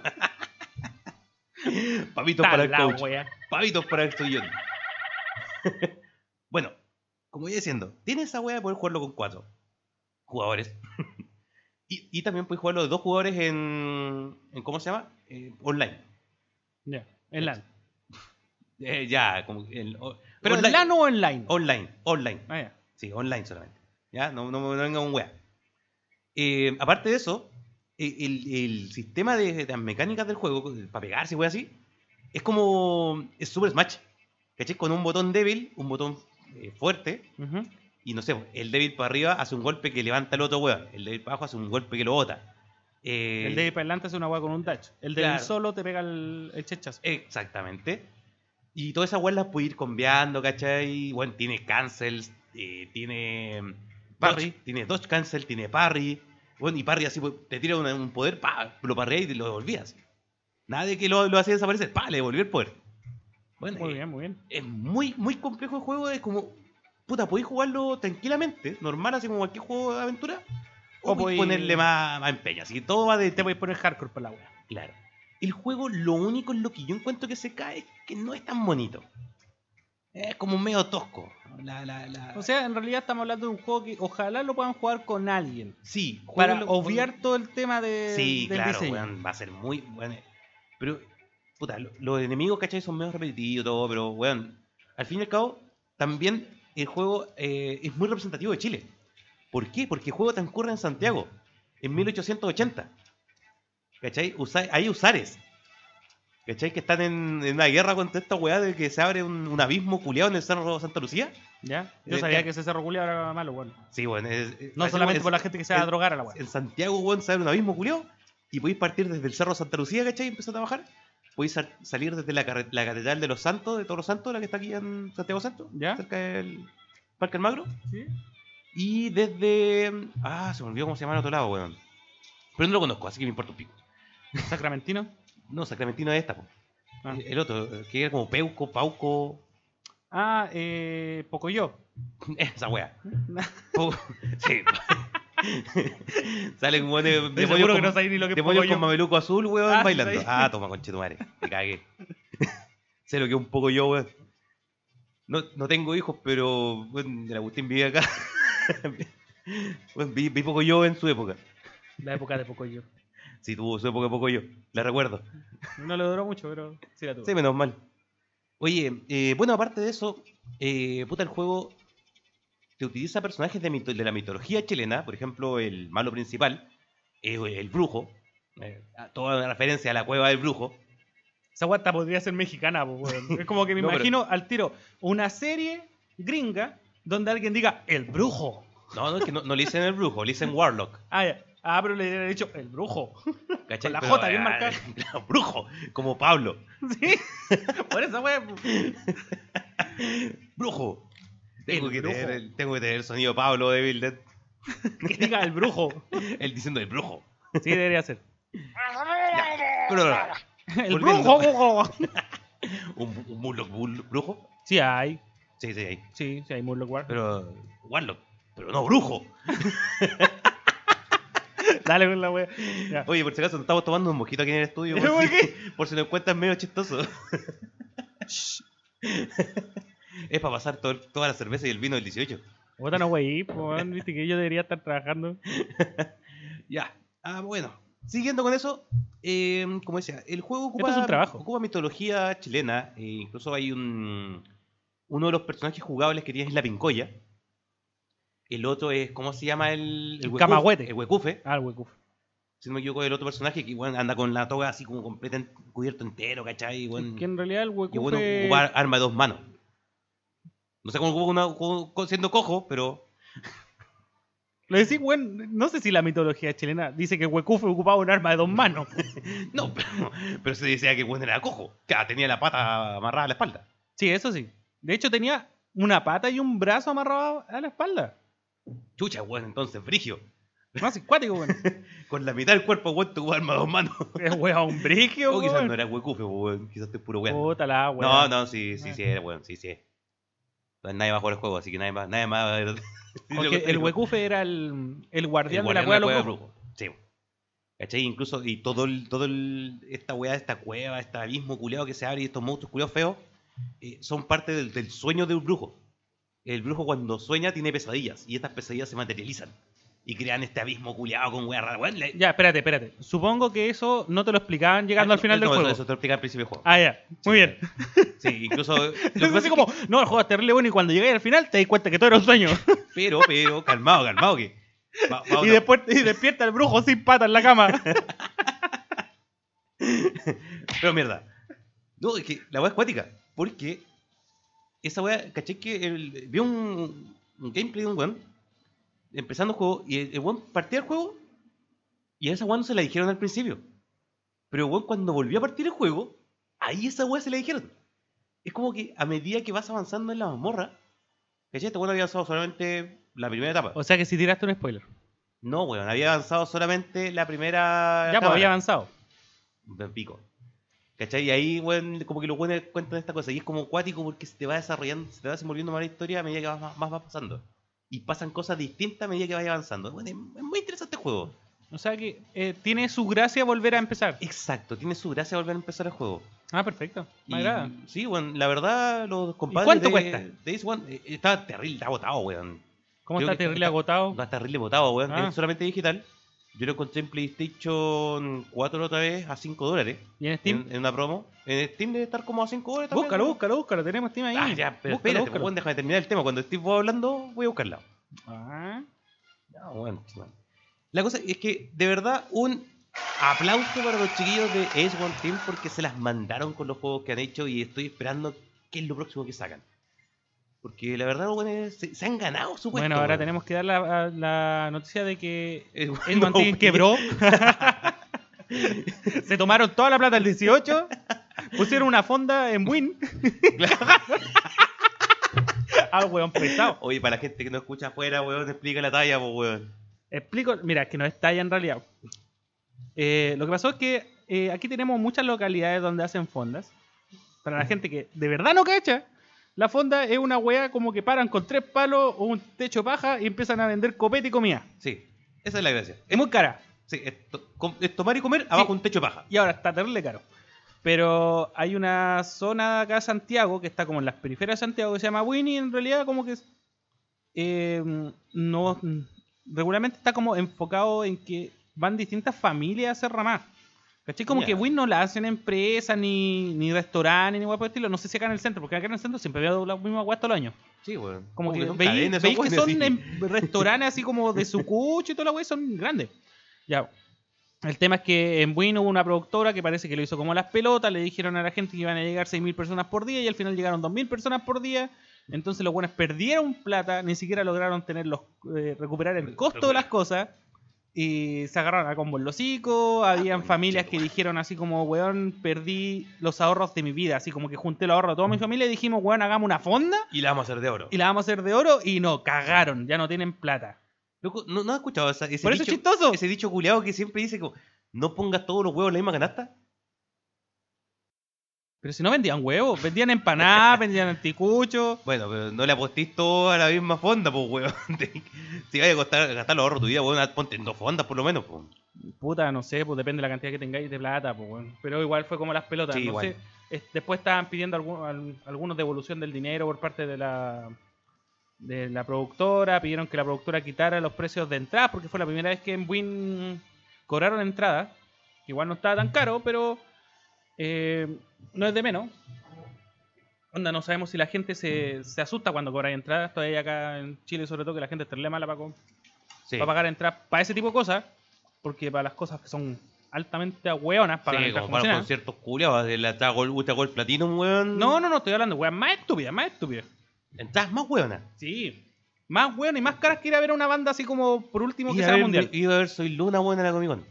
S2: Pavitos
S3: Está
S2: para el
S3: la
S2: coach.
S3: wea.
S2: Pavitos para el sillón. bueno, como iba diciendo, tiene esa wea de poder jugarlo con cuatro jugadores. y, y también puedes jugarlo de dos jugadores en. en ¿Cómo se llama? Eh, online.
S3: Ya, en LAN.
S2: Eh, ya, como. el- o-
S3: ¿Pero en
S2: online,
S3: LAN o online?
S2: Online, online.
S3: Ah, ya.
S2: Sí, online solamente. ¿Ya? No, no, no venga un weá. Eh, aparte de eso, eh, el, el sistema de, de las mecánicas del juego, para pegarse, weá, así, es como. Es Super Smash. ¿Cachai? Con un botón débil, un botón eh, fuerte,
S3: Ujú.
S2: y no sé, el débil para arriba hace un golpe que levanta al otro weón, el débil para abajo hace un golpe que lo bota. Eh,
S3: El de para adelante es una weá con un dash. El de
S2: claro.
S3: solo te pega el, el chechazo.
S2: Exactamente. Y todas esas weas las puedes ir combeando, ¿cachai? Bueno, tiene cancels, eh, tiene.
S3: Parry.
S2: dodge, tiene dodge cancel, tiene parry. Bueno, y parry así, pues, te tira una- un poder, pa, lo parrea y te lo devolvías. Nada de que lo, lo hacía desaparecer, pa, le devolvió el poder. Bueno,
S3: Muy
S2: eh,
S3: bien, muy bien.
S2: es muy, muy complejo el juego, es como. Puta, podéis jugarlo tranquilamente, normal, así como cualquier juego de aventura. O,
S3: O
S2: podéis
S3: podéis-
S2: ponerle más, más empeño. Así que todo va de
S3: Te voy a poner hardcore para la weá.
S2: Claro. El juego, lo único en lo que yo encuentro que se cae es que no es tan bonito. Es como medio tosco. La, la, la...
S3: O sea, en realidad estamos hablando de un juego que ojalá lo puedan jugar con alguien.
S2: sí,
S3: Para
S2: jueguenlo-
S3: obviar todo el tema de,
S2: Sí,
S3: del
S2: claro,
S3: diseño.
S2: weón, va a ser muy. Bueno, pero, puta, lo- los enemigos, ¿cachai? Son medio repetitivos, todo, pero, weón. Al fin y al cabo, también el juego eh, es muy representativo de Chile. ¿Por qué? Porque el juego transcurre en Santiago,
S3: Mm.
S2: en 1880. ¿Cachai? Usa- hay usares. ¿Cachai? Que están en, en una guerra contra esta weá de que se abre un, un abismo culeado en el Cerro Santa Lucía.
S3: ¿Ya? Yo
S2: Eh,
S3: sabía
S2: ya.
S3: que ese cerro culiao era malo, bueno.
S2: Sí, bueno. es- es-
S3: No
S2: así
S3: solamente
S2: como
S3: por la
S2: es-
S3: gente que se va a
S2: es-
S3: drogar a la weá.
S2: en Santiago, weón, se abre un abismo culiao y podéis partir desde el Cerro Santa Lucía, ¿cachai? Y empezar a bajar. Podéis sal- salir desde la, carre- la Catedral de los Santos, de Todos los Santos, la que está aquí en Santiago Santo,
S3: ¿Ya?
S2: cerca del Parque Almagro.
S3: ¿Sí?
S2: Y desde. Ah, se me olvidó cómo se llama el otro lado, weón. Pero no lo conozco, así que me importa un pico.
S3: Sacramentino.
S2: No, Sacramentino es esta, po.
S3: Ah,
S2: El otro, eh, que era como Peuco, Pauco.
S3: Ah, eh, Pocoyo.
S2: Esa wea. Pau- sí. Salen weones.
S3: Estoy
S2: demonios
S3: seguro que
S2: con-
S3: no sabéis ni lo que es
S2: Demonios con
S3: Pocoyo.
S2: mameluco azul, weón,
S3: Ah, sí,
S2: bailando.
S3: sabía.
S2: Ah, toma, conchetumare. Te cagué. sé lo que es un poco yo, weón. No, no tengo hijos, pero, weón, el Agustín vive acá. Weón, vi, vi poco yo en su época.
S3: La época de Pocoyo.
S2: Sí, tuvo su época poco yo. La recuerdo.
S3: No le duró mucho, pero sí la tuvo.
S2: Sí, menos mal. Oye, eh, bueno, aparte de eso, eh, puta, el juego te utiliza personajes de, mito- de la mitología chilena, por ejemplo, el malo principal, eh, el brujo, eh, toda una referencia a la cueva del brujo.
S3: Esa guata podría ser mexicana, po, weón. Es como que me
S2: No, pero-
S3: imagino al tiro una serie gringa donde alguien diga el brujo.
S2: No, no, es que no, no le dicen el brujo, le dicen warlock.
S3: Ah, ya. Ah, pero le hubiera dicho el brujo.
S2: ¿cachai?
S3: Con la
S2: Pero,
S3: J bien
S2: ah,
S3: marcada.
S2: claro, brujo, como Pablo.
S3: Sí. Por esa wea. po.
S2: Brujo. Tengo,
S3: El
S2: que,
S3: brujo.
S2: Tener, el- tengo que tener el sonido Pablo de Bill Dead,
S3: Que diga el brujo.
S2: él diciendo el brujo.
S3: Sí, debería ser.
S2: Ya, pero no, no, no.
S3: El
S2: Volviendo.
S3: brujo, brujo.
S2: un, un Murloc bul- brujo.
S3: Sí hay.
S2: Sí, sí, ahí.
S3: Sí, sí hay Murloc War.
S2: Pero, Warlock, pero no brujo.
S3: Dale con la wea. Ya.
S2: Oye, por si acaso, nos estamos tomando un mojito aquí en el estudio.
S3: ¿Por
S2: Por si,
S3: qué?
S2: por si lo encuentras medio chistoso. Es para pasar todo, toda la cerveza y el vino del 18.
S3: Puta, no, güey, po, weón, viste que yo debería estar trabajando.
S2: Ya. Ah, bueno. Siguiendo con eso, eh, como decía, el juego ocupa,
S3: es un trabajo.
S2: ocupa mitología chilena. e incluso hay un. Uno de los personajes jugables que tienes es la pincoya. El otro es, ¿cómo se llama? El,
S3: El
S2: huecufe-
S3: camagüete.
S2: El huecufe.
S3: Ah, el huecuf.
S2: Si no me equivoco, el otro personaje que igual anda con la toga así como completa, en- cubierto entero, ¿cachai? Igual-
S3: Que en realidad el
S2: y
S3: huecuf
S2: bueno,
S3: es-
S2: ocupar arma de dos manos. No sé cómo ocupa una, co- co- siendo cojo, pero
S3: Lo decís, weón, no sé si la mitología chilena dice que huecuf ocupaba un arma de dos manos.
S2: no, pero, pero se decía que bueno era cojo. Claro, tenía la pata amarrada a la espalda.
S3: sí, eso sí. De hecho, tenía una pata y un brazo amarrado a la espalda.
S2: Chucha, weón, entonces, frigio.
S3: Más cuático, weón.
S2: Con la mitad del cuerpo, weón, tu arma de dos manos.
S3: Es weón, un brigio,
S2: O Oh, quizás no
S3: weón.
S2: era huecufe, weón. Quizás te puro weón.
S3: Puta la weón.
S2: No, no, sí, sí,
S3: Ah.
S2: sí, era weón, sí, sí. Entonces, nadie va a jugar el juego, así que nadie más. Nadie más
S3: Porque el huecufe era el, el guardián de la cueva
S2: guardián
S3: de los brujos.
S2: cueva de brujos. Sí. ¿Cachai? Incluso, y todo el, todo el, esta weá, esta cueva, este abismo culeado que se abre y estos monstruos culeados feos, eh, son parte del, del sueño de un brujo. El brujo cuando sueña tiene pesadillas y estas pesadillas se materializan y crean este abismo culeado con weá rara. Weón, le-
S3: Ya, espérate, espérate. Supongo que eso no te lo explicaban llegando al final
S2: No,
S3: del
S2: Ah, eso-
S3: juego.
S2: Eso te lo explica al principio del juego.
S3: Ah, ya. Muy bien.
S2: Sí, incluso. lo que
S3: Entonces,
S2: pasa es
S3: así como,
S2: que-
S3: no, el juego es terrible bueno y cuando llegáis al final te das cuenta que todo era un sueño.
S2: pero, pero, calmado, calmado. Que, va- va
S3: y
S2: otra-
S3: después y despierta el brujo sin pata en la cama.
S2: Pero mierda. No, es que la weá es cuática. Porque esa weá, caché que el, vi un, un gameplay de un weón empezando el juego y el, el weón partía el juego y a esa weá no se la dijeron al principio. Pero weón, cuando volvió a partir el juego, ahí esa weá se la dijeron. Es como que a medida que vas avanzando en la mazmorra, caché, este weón había avanzado solamente la primera etapa.
S3: o sea que si tiraste un spoiler.
S2: No, weón, había avanzado solamente la primera.
S3: Ya, pues
S2: cámara.
S3: había avanzado.
S2: Del pico. ¿Cachai? Y ahí, weón, como que los buenos cuentan esta cosa. Y es como cuático porque se te va desarrollando, se te va desenvolviendo más la historia a medida que vas, más, más vas pasando. Y pasan cosas distintas a medida que vas avanzando. Bueno, es, es muy interesante el juego.
S3: O sea que eh, tiene su gracia volver a empezar.
S2: Exacto, tiene su gracia volver a empezar el juego.
S3: Ah, perfecto.
S2: Y-
S3: Me agrada.
S2: sí, weón, la verdad, los compadres.
S3: cuánto
S2: de,
S3: cuesta?
S2: de Ace One, eh, está terrible, está agotado, weón.
S3: ¿Cómo
S2: creo
S3: está
S2: que-
S3: terrible agotado?
S2: Está terrible botado, weón.
S3: Oh. Ah.
S2: Es solamente digital. Yo lo encontré en PlayStation 4 la otra vez a 5 dólares.
S3: ¿Y en Steam?
S2: En, en una promo. En Steam debe estar como a 5 dólares también,
S3: ¿Eh? Búscalo,
S2: weón.
S3: búscalo, búscalo. Tenemos Steam ahí.
S2: Ah, ya, pero
S3: Búscalo,
S2: espérate, pues,
S3: búscalo.
S2: weón, déjame terminar el tema. Cuando estés vos hablando, voy a buscarla.
S3: Ah.
S2: Ya, bueno, sí, bueno. La cosa es que, de verdad, un aplauso para los chiquillos de Ace One Team porque se las mandaron con los juegos que han hecho y estoy esperando qué es lo próximo que sacan. Porque la verdad, bueno, se, se han ganado su puesto,
S3: Bueno, ahora
S2: weón.
S3: tenemos que dar la, la noticia de que
S2: Eh, bueno,
S3: el Mantín quebró. Se tomaron toda la plata el 18. Pusieron una fonda en Win. ah, weón, pesado.
S2: Oye, para la gente que no escucha afuera, weón, explica la talla, pues, weón.
S3: Explico, mira, que no está ya en realidad. Eh, lo que pasó es que eh, aquí tenemos muchas localidades donde hacen fondas. Para la gente que de verdad no cacha, la fonda es una wea como que paran con tres palos o un techo de paja y empiezan a vender copete y comida.
S2: Sí, esa es la gracia.
S3: Es muy cara.
S2: Sí, es, to- com- es tomar y comer abajo un techo de paja.
S3: Y ahora está terrible caro. Pero hay una zona acá de Santiago que está como en las periferias de Santiago que se llama Winnie. En realidad, como que es- eh, no regularmente está como enfocado en que van distintas familias a hacer ramás. ¿Cachai? Como
S2: Ya.
S3: que Win no la hacen empresas, ni, ni restaurantes, ni guapo por el estilo. No sé si acá en el centro, porque acá en el centro siempre veo la misma guay todo el año.
S2: Sí, weón.
S3: Como que
S2: son
S3: veis,
S2: cadenas,
S3: veis que
S2: weones,
S3: son
S2: sí.
S3: em- restaurantes así como de sucucho y toda la wey, son grandes. Ya. El tema es que en Buin hubo una productora que parece que lo hizo como a las pelotas, le dijeron a la gente que iban a llegar 6.000 personas por día y al final llegaron 2.000 personas por día. Entonces los buenos perdieron plata, ni siquiera lograron tener los, eh, recuperar el costo de las cosas y se agarraron a combo en los hocico. Habían
S2: Ah, conchetumare.
S3: familias que dijeron así como, weón, perdí los ahorros de mi vida, así como que junté los ahorros de toda
S2: Mm.
S3: mi familia y dijimos, weón, hagamos una fonda
S2: Y la vamos a hacer de oro.
S3: y la vamos a hacer de oro y no, cagaron, ya no tienen plata.
S2: Loco, ¿no, no has escuchado esa- ese,
S3: Por eso es
S2: dicho,
S3: chistoso.
S2: ese dicho culeado que siempre dice como, no pongas todos los huevos en la misma canasta?
S3: Pero si no vendían huevos, vendían empanadas, vendían anticuchos.
S2: Bueno, pero no le apostís todo a la misma fonda, pues, weón. si vaya a costar- gastar los ahorros de tu vida, weón, ponte en dos fondas por lo menos, pues.
S3: Puta, no sé, pues depende de la cantidad que tengáis de plata, pues, weón. Pero igual fue como las pelotas,
S2: Sí,
S3: no
S2: igual.
S3: sé. Es- Después estaban pidiendo algu- al- algunos devolución del dinero por parte de la de la productora, pidieron que la productora quitara los precios de entrada, porque fue la primera vez que en Win cobraron entrada. Igual no estaba tan caro, pero eh, no es de menos. Onda, no sabemos si la gente se, se asusta cuando cobra entradas. Todavía acá en Chile, sobre todo, que la gente es terrible mala para
S2: Sí.
S3: para pagar entradas para ese tipo de cosas, porque para las cosas que son altamente hueonas para
S2: Sí,
S3: las entradas
S2: como para los
S3: funcionarias.
S2: conciertos culiados, ah, de la entrada Gol, ultra Gol Platinum, weón.
S3: No, no, no, estoy hablando de weas más estúpidas, más estúpidas.
S2: Entradas más weonas.
S3: Sí. Más weonas y más caras que ir a ver a una banda así como por último que
S2: Iba a
S3: sea
S2: ver-
S3: mundial.
S2: Iba a ver Soy Luna, weón, en la Comic Con.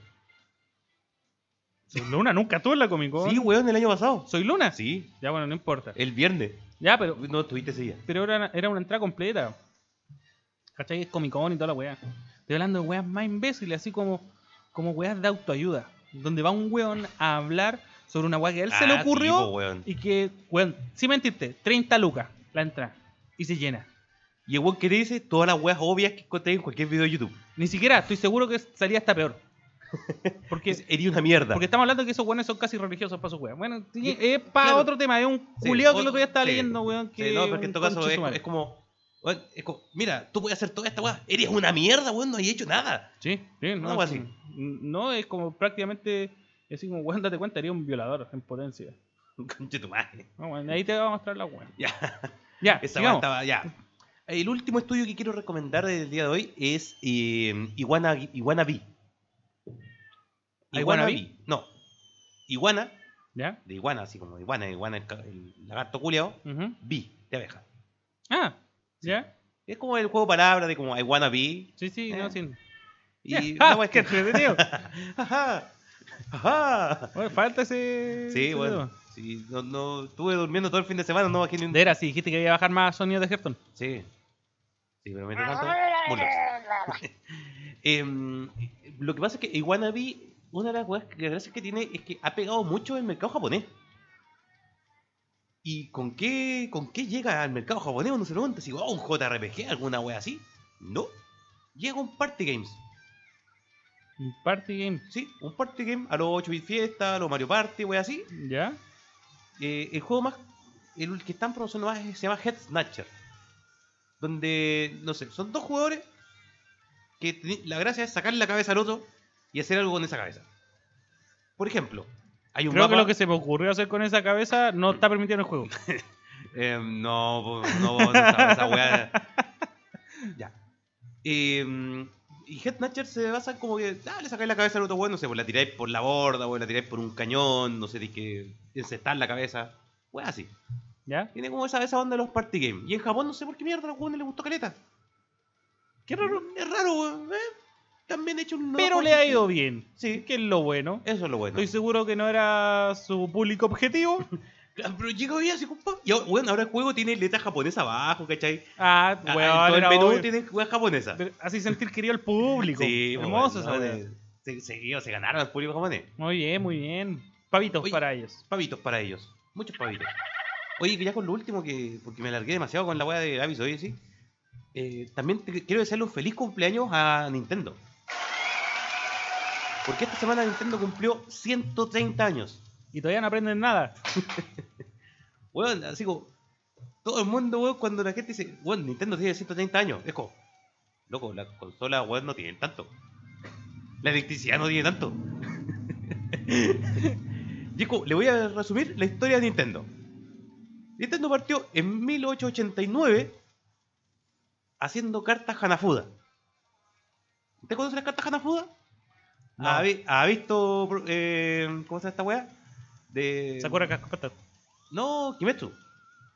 S3: Soy Luna, nunca tú en la Comic Con.
S2: Sí, weón, el año pasado.
S3: Soy Luna.
S2: Sí,
S3: Ya bueno, no importa.
S2: el viernes.
S3: Ya, pero,
S2: No estuviste ese día.
S3: pero era, era una entrada completa. ¿Cachai? Es Comic Con y toda la wea. Estoy hablando de weas más imbéciles, así como, como weas de autoayuda. Donde va un weón a hablar sobre una wea que a él se le
S2: Ah, sí,
S3: ocurrió.
S2: po, weón.
S3: Y que, weón, si mentiste, 30 lucas la entrada. Y se llena.
S2: Y el weón que te dice todas las weas obvias que encontré en cualquier video de YouTube.
S3: Ni siquiera, estoy seguro que salía hasta peor. Porque,
S2: Eres una mierda.
S3: porque estamos hablando que esos weones son casi religiosos para sus weas. Bueno, sí,
S2: Y-
S3: es para
S2: claro.
S3: otro tema. Es un
S2: Sí,
S3: culeo que
S2: o-
S3: el otro día estaba
S2: sí.
S3: leyendo, weón. Que
S2: Sí, no, porque en
S3: un
S2: todo caso
S3: conche
S2: es,
S3: su madre.
S2: es como, weón, es como, Mira, tú puedes hacer toda esta weá. Eres una mierda, weón. No has hecho nada.
S3: Sí, sí, no,
S2: Algo
S3: es-
S2: así.
S3: No, es como prácticamente. Es así como, weón, date cuenta, eres un violador en potencia.
S2: Conche tu madre.
S3: No, weón, ahí te va a mostrar la weón.
S2: Ya.
S3: Ya,
S2: Esa weá
S3: sigamos.
S2: estaba ya. El último estudio que quiero recomendar del día de hoy es eh, Iguana, Iguana B.
S3: ¿A Iguana
S2: Iguana
S3: Bee?
S2: B. No. Iguana,
S3: ¿Ya?
S2: de iguana, así como iguana, iguana, el, ca- el lagarto culeado.
S3: ujú.
S2: B, de abeja.
S3: Ah, ya.
S2: Es como el juego de palabras de como Iguana B.
S3: Sí, sí,
S2: Eh.
S3: no, sí.
S2: Y
S3: Ya,
S2: la
S3: ah,
S2: weá es
S3: qué
S2: que-
S3: entretenido.
S2: Ajá. Ajá.
S3: Oye, falta ese.
S2: Sí,
S3: ese
S2: bueno.
S3: tema.
S2: Sí, no, no, estuve durmiendo todo el fin de semana, no bajé ni un...
S3: De veras, sí, dijiste que iba a bajar más sonido de Hefton.
S2: Sí. Sí, pero mientras tanto, mulos. Em, lo que pasa es que Iguana Bee, una de las cosas que, gracias que tiene es que ha pegado mucho el mercado japonés. ¿Y con qué, con qué llega al mercado japonés? Uno se pregunta si, wow, un JRPG, alguna wea así. No. Llega un party games.
S3: Un Party game.
S2: Sí, un party game a los 8 bit fiesta, a los Mario Party, wea así.
S3: ¿Ya?
S2: Eh, el juego más. El que están promocionando más es- se llama Head Snatcher. Donde, no sé, son dos jugadores que teni- la gracia es sacar la cabeza al otro y hacer algo con esa cabeza. Por ejemplo, hay un
S3: Creo
S2: mapa-
S3: que lo que se me ocurrió hacer con esa cabeza no está permitido en el juego.
S2: Em, no, po, no, po, esa, esa weá. Ya. Em, y Headnatcher se basa en como que, ah, le sacáis la cabeza al otro weón, no sé, pues la tiráis por la borda, o la tiráis por un cañón, no sé, tenéis que encestar la cabeza. Weá, así.
S3: ¿Ya?
S2: Tiene como esa, esa onda de los party games. Y en Japón no sé por qué mierda a los weones les gustó caleta. Qué raro, es raro, weón. ¿eh? También hecho un.
S3: Pero le ha ido bien.
S2: Sí.
S3: Que es lo bueno.
S2: Eso es lo bueno.
S3: Estoy seguro que no era su público objetivo. Ah,
S2: Claro, Pero llega hoy así, compa. Y ahora, weón, ahora el juego tiene letra japonesa abajo, ¿cachai?
S3: Ah,
S2: Ah,
S3: weón,
S2: todo el
S3: era
S2: menú
S3: obvio.
S2: tiene weas japonesa.
S3: Pero Así sentir querido el público.
S2: pues,
S3: Hermoso
S2: weón,
S3: esa
S2: no,
S3: wea.
S2: de- se, se- se ganaron al público japonés.
S3: Muy bien, muy bien. Pavitos
S2: Oye.
S3: para ellos.
S2: Pavitos para ellos. Muchos pavitos. Oye, que ya con lo último, que porque me alargué demasiado con la wea de Avis hoy, sí. Eh, también te- quiero desearle un feliz cumpleaños a Nintendo. Porque esta semana Nintendo cumplió 130 años.
S3: Y todavía no aprenden nada.
S2: Weón, así como. Todo el mundo, weón, cuando la gente dice, weón, Nintendo tiene 130 años. Es como, loco, las consolas, weón, no tienen tanto. La electricidad no tiene tanto. y es como, le voy a resumir la historia de Nintendo. Nintendo partió en 1889 haciendo cartas Hanafuda. ¿Usted conoce las cartas Hanafuda?
S3: No.
S2: ¿Ha, vi- ha visto, eh, cómo se llama esta weá? De...
S3: ¿Se acuerdan que
S2: No, Kimetsu.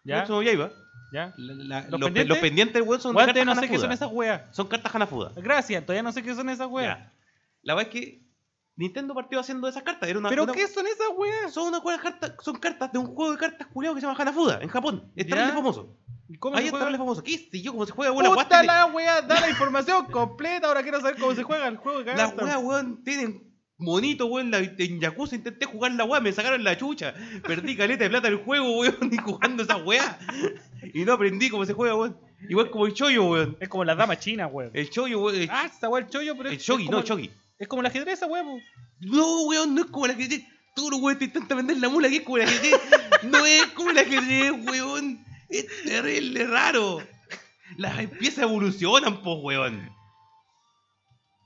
S3: ¿Ya?
S2: Kimetsu no Yaiba.
S3: ¿ya?
S2: La- la- los,
S3: ¿Los
S2: pe-
S3: pendientes?
S2: los pendientes, weón, son
S3: Weón,
S2: de
S3: todavía
S2: cartas
S3: no sé qué son
S2: Hanafuda.
S3: esas weas.
S2: Son cartas Hanafuda.
S3: Gracias, todavía no sé qué son esas weas.
S2: Ya. La verdad es que Nintendo partió haciendo esas cartas. Era una,
S3: ¿Pero
S2: una-
S3: qué son esas weas?
S2: Son, una cuerda carta- son cartas de un juego de cartas culiado que se llama Hanafuda, en Japón. Es
S3: ¿Ya?
S2: terrible famoso.
S3: ¿Y ¿Cómo
S2: Ahí
S3: se
S2: es
S3: juega?
S2: terrible famoso. ¿Qué sé yo? ¿Cómo se juega? Buena
S3: Puta la wea, da la información completa. Ahora quiero saber cómo se juega el juego de
S2: Las
S3: cartas.
S2: weas, weón, tienen Monito, weón, la- en Yakuza intenté jugar la weá, me sacaron la chucha. Perdí caleta de plata el juego, weón, y jugando esa weá. Y no aprendí cómo se juega, weón. Igual como el chollo, weón.
S3: Es como la dama china, weón.
S2: El chollo, weón. El,
S3: Ah, esa weá el chollo, pero
S2: el
S3: es,
S2: shogi,
S3: es
S2: no,
S3: como,
S2: el shogi.
S3: es como el ajedrez, esa weá, po.
S2: No, weón, no es como la que Todos los weones te intentan vender la mula, que es como la que No es como la que weón. Es terrible, raro. Las piezas evolucionan, pues, weón.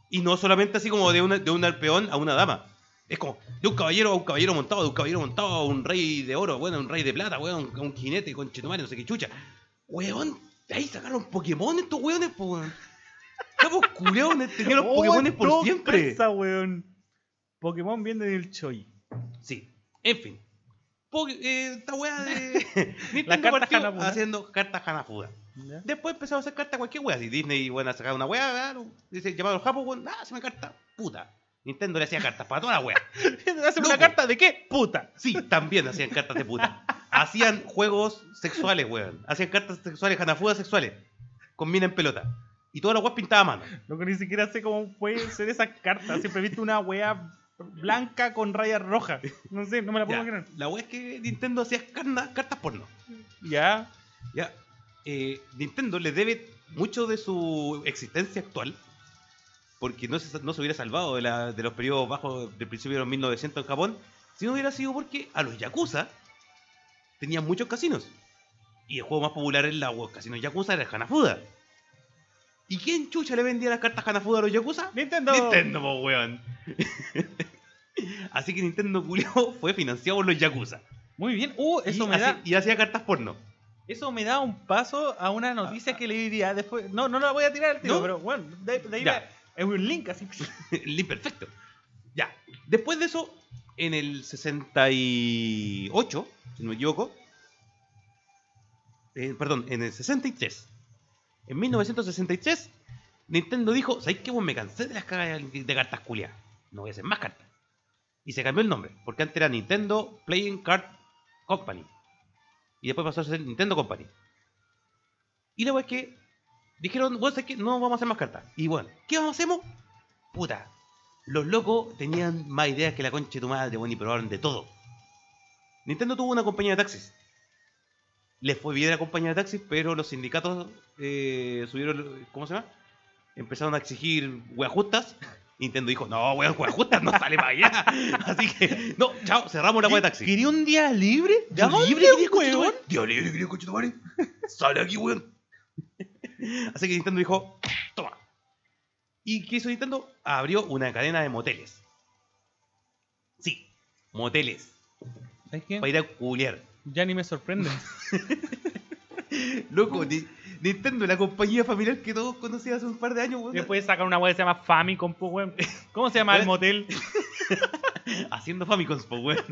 S2: Y no solamente así como de, una- de un arpeón a una dama. Es como de un caballero a un caballero montado, de un caballero montado a un rey de oro, weón, a un rey de plata, weón, a un jinete con chetumare, no sé qué chucha. Weón, de ahí sacaron Pokémon estos weones, pues, weón. Estamos culeones, tenían los
S3: Oh,
S2: Pokémones por
S3: no,
S2: siempre.
S3: presa, weón. Pokémon viene del Choi.
S2: Sí, en fin. Po- eh, esta weá de. Nintendo
S3: carta
S2: partió
S3: Hanafuda.
S2: haciendo cartas Hanafuda.
S3: ¿Ya?
S2: Después empezó a hacer cartas cualquier weá. Si Disney, bueno, a sacar una weá, claro, dice llamado al Japón, bueno, ah, se me carta, puta. Nintendo le hacía cartas para toda la weá.
S3: ¿Hacen
S2: Loco.
S3: una carta de qué? Puta.
S2: Sí, también hacían cartas de puta. Hacían juegos sexuales, weón. Hacían cartas sexuales, Hanafuda sexuales. Con mina en pelota. Y toda la weá pintada a mano.
S3: Loco, ni siquiera sé cómo puede ser esa carta. Siempre he visto una weá blanca con rayas rojas. No sé, no me la puedo
S2: Ya,
S3: imaginar.
S2: La weá es que Nintendo hacía carna- cartas porno.
S3: Ya.
S2: Ya, eh, Nintendo le debe mucho de su existencia actual, porque no se, no se hubiera salvado de, la- de los periodos bajos del principio de los 1900 en Japón, si no hubiera sido porque a los Yakuza tenían muchos casinos. Y el juego más popular en la los casinos Yakuza era el Hanafuda. ¿Y quién chucha le vendía las cartas Hanafuda a los Yakuza?
S3: Nintendo.
S2: Nintendo, po, weón. Así que Nintendo Julio fue financiado por los Yakuza.
S3: Muy bien. Uh, eso
S2: y,
S3: me
S2: hacía,
S3: da.
S2: y hacía cartas porno.
S3: Eso me da un paso a una noticia que le diría después. No, Ah, no la voy a tirar al tiro,
S2: ¿No?
S3: pero bueno, de, de ahí
S2: Ya.
S3: va- es un link así.
S2: El imperfecto. Ya. Después de eso, en el 68, si no me equivoco, eh, perdón, en el 63, en 1963, Nintendo dijo, ¿sabéis qué? weón? me cansé de las cagas de cartas culiadas. No voy a hacer más cartas. Y se cambió el nombre, porque antes era Nintendo Playing Card Company. Y después pasó a ser Nintendo Company. Y la weá es que dijeron, bueno, ¿sabes qué? No vamos a hacer más cartas. Y bueno, ¿qué vamos a hacer? Puta, los locos tenían más ideas que la concha de tu madre, bueno, y probaron de todo. Nintendo tuvo una compañía de taxis. Les fue bien a la compañía de taxis, pero los sindicatos eh, subieron, ¿cómo se llama? Empezaron a exigir weas justas. Nintendo dijo, no, weas, weas justas no sale para allá. Así que, no, chao, cerramos la wea de taxis.
S3: ¿Quería un día libre? ¿De
S2: Dios
S3: dónde,
S2: libre quería
S3: weón?
S2: conchetumare. Dios libre quería conchetumare. Sale aquí, weón. Así que Nintendo dijo, toma. ¿Y qué hizo Nintendo? Abrió una cadena de moteles. Sí, moteles.
S3: ¿Sabes qué?
S2: Para ir a culiar.
S3: Ya ni me sorprende.
S2: Loco, Ni- Nintendo, la compañía familiar que todos conocían hace un par de años, weón.
S3: Después sacar una web que se llama Famicom, po, weón. ¿Cómo se llama el
S2: Weón.
S3: motel?
S2: Haciendo Famicons, po, weón.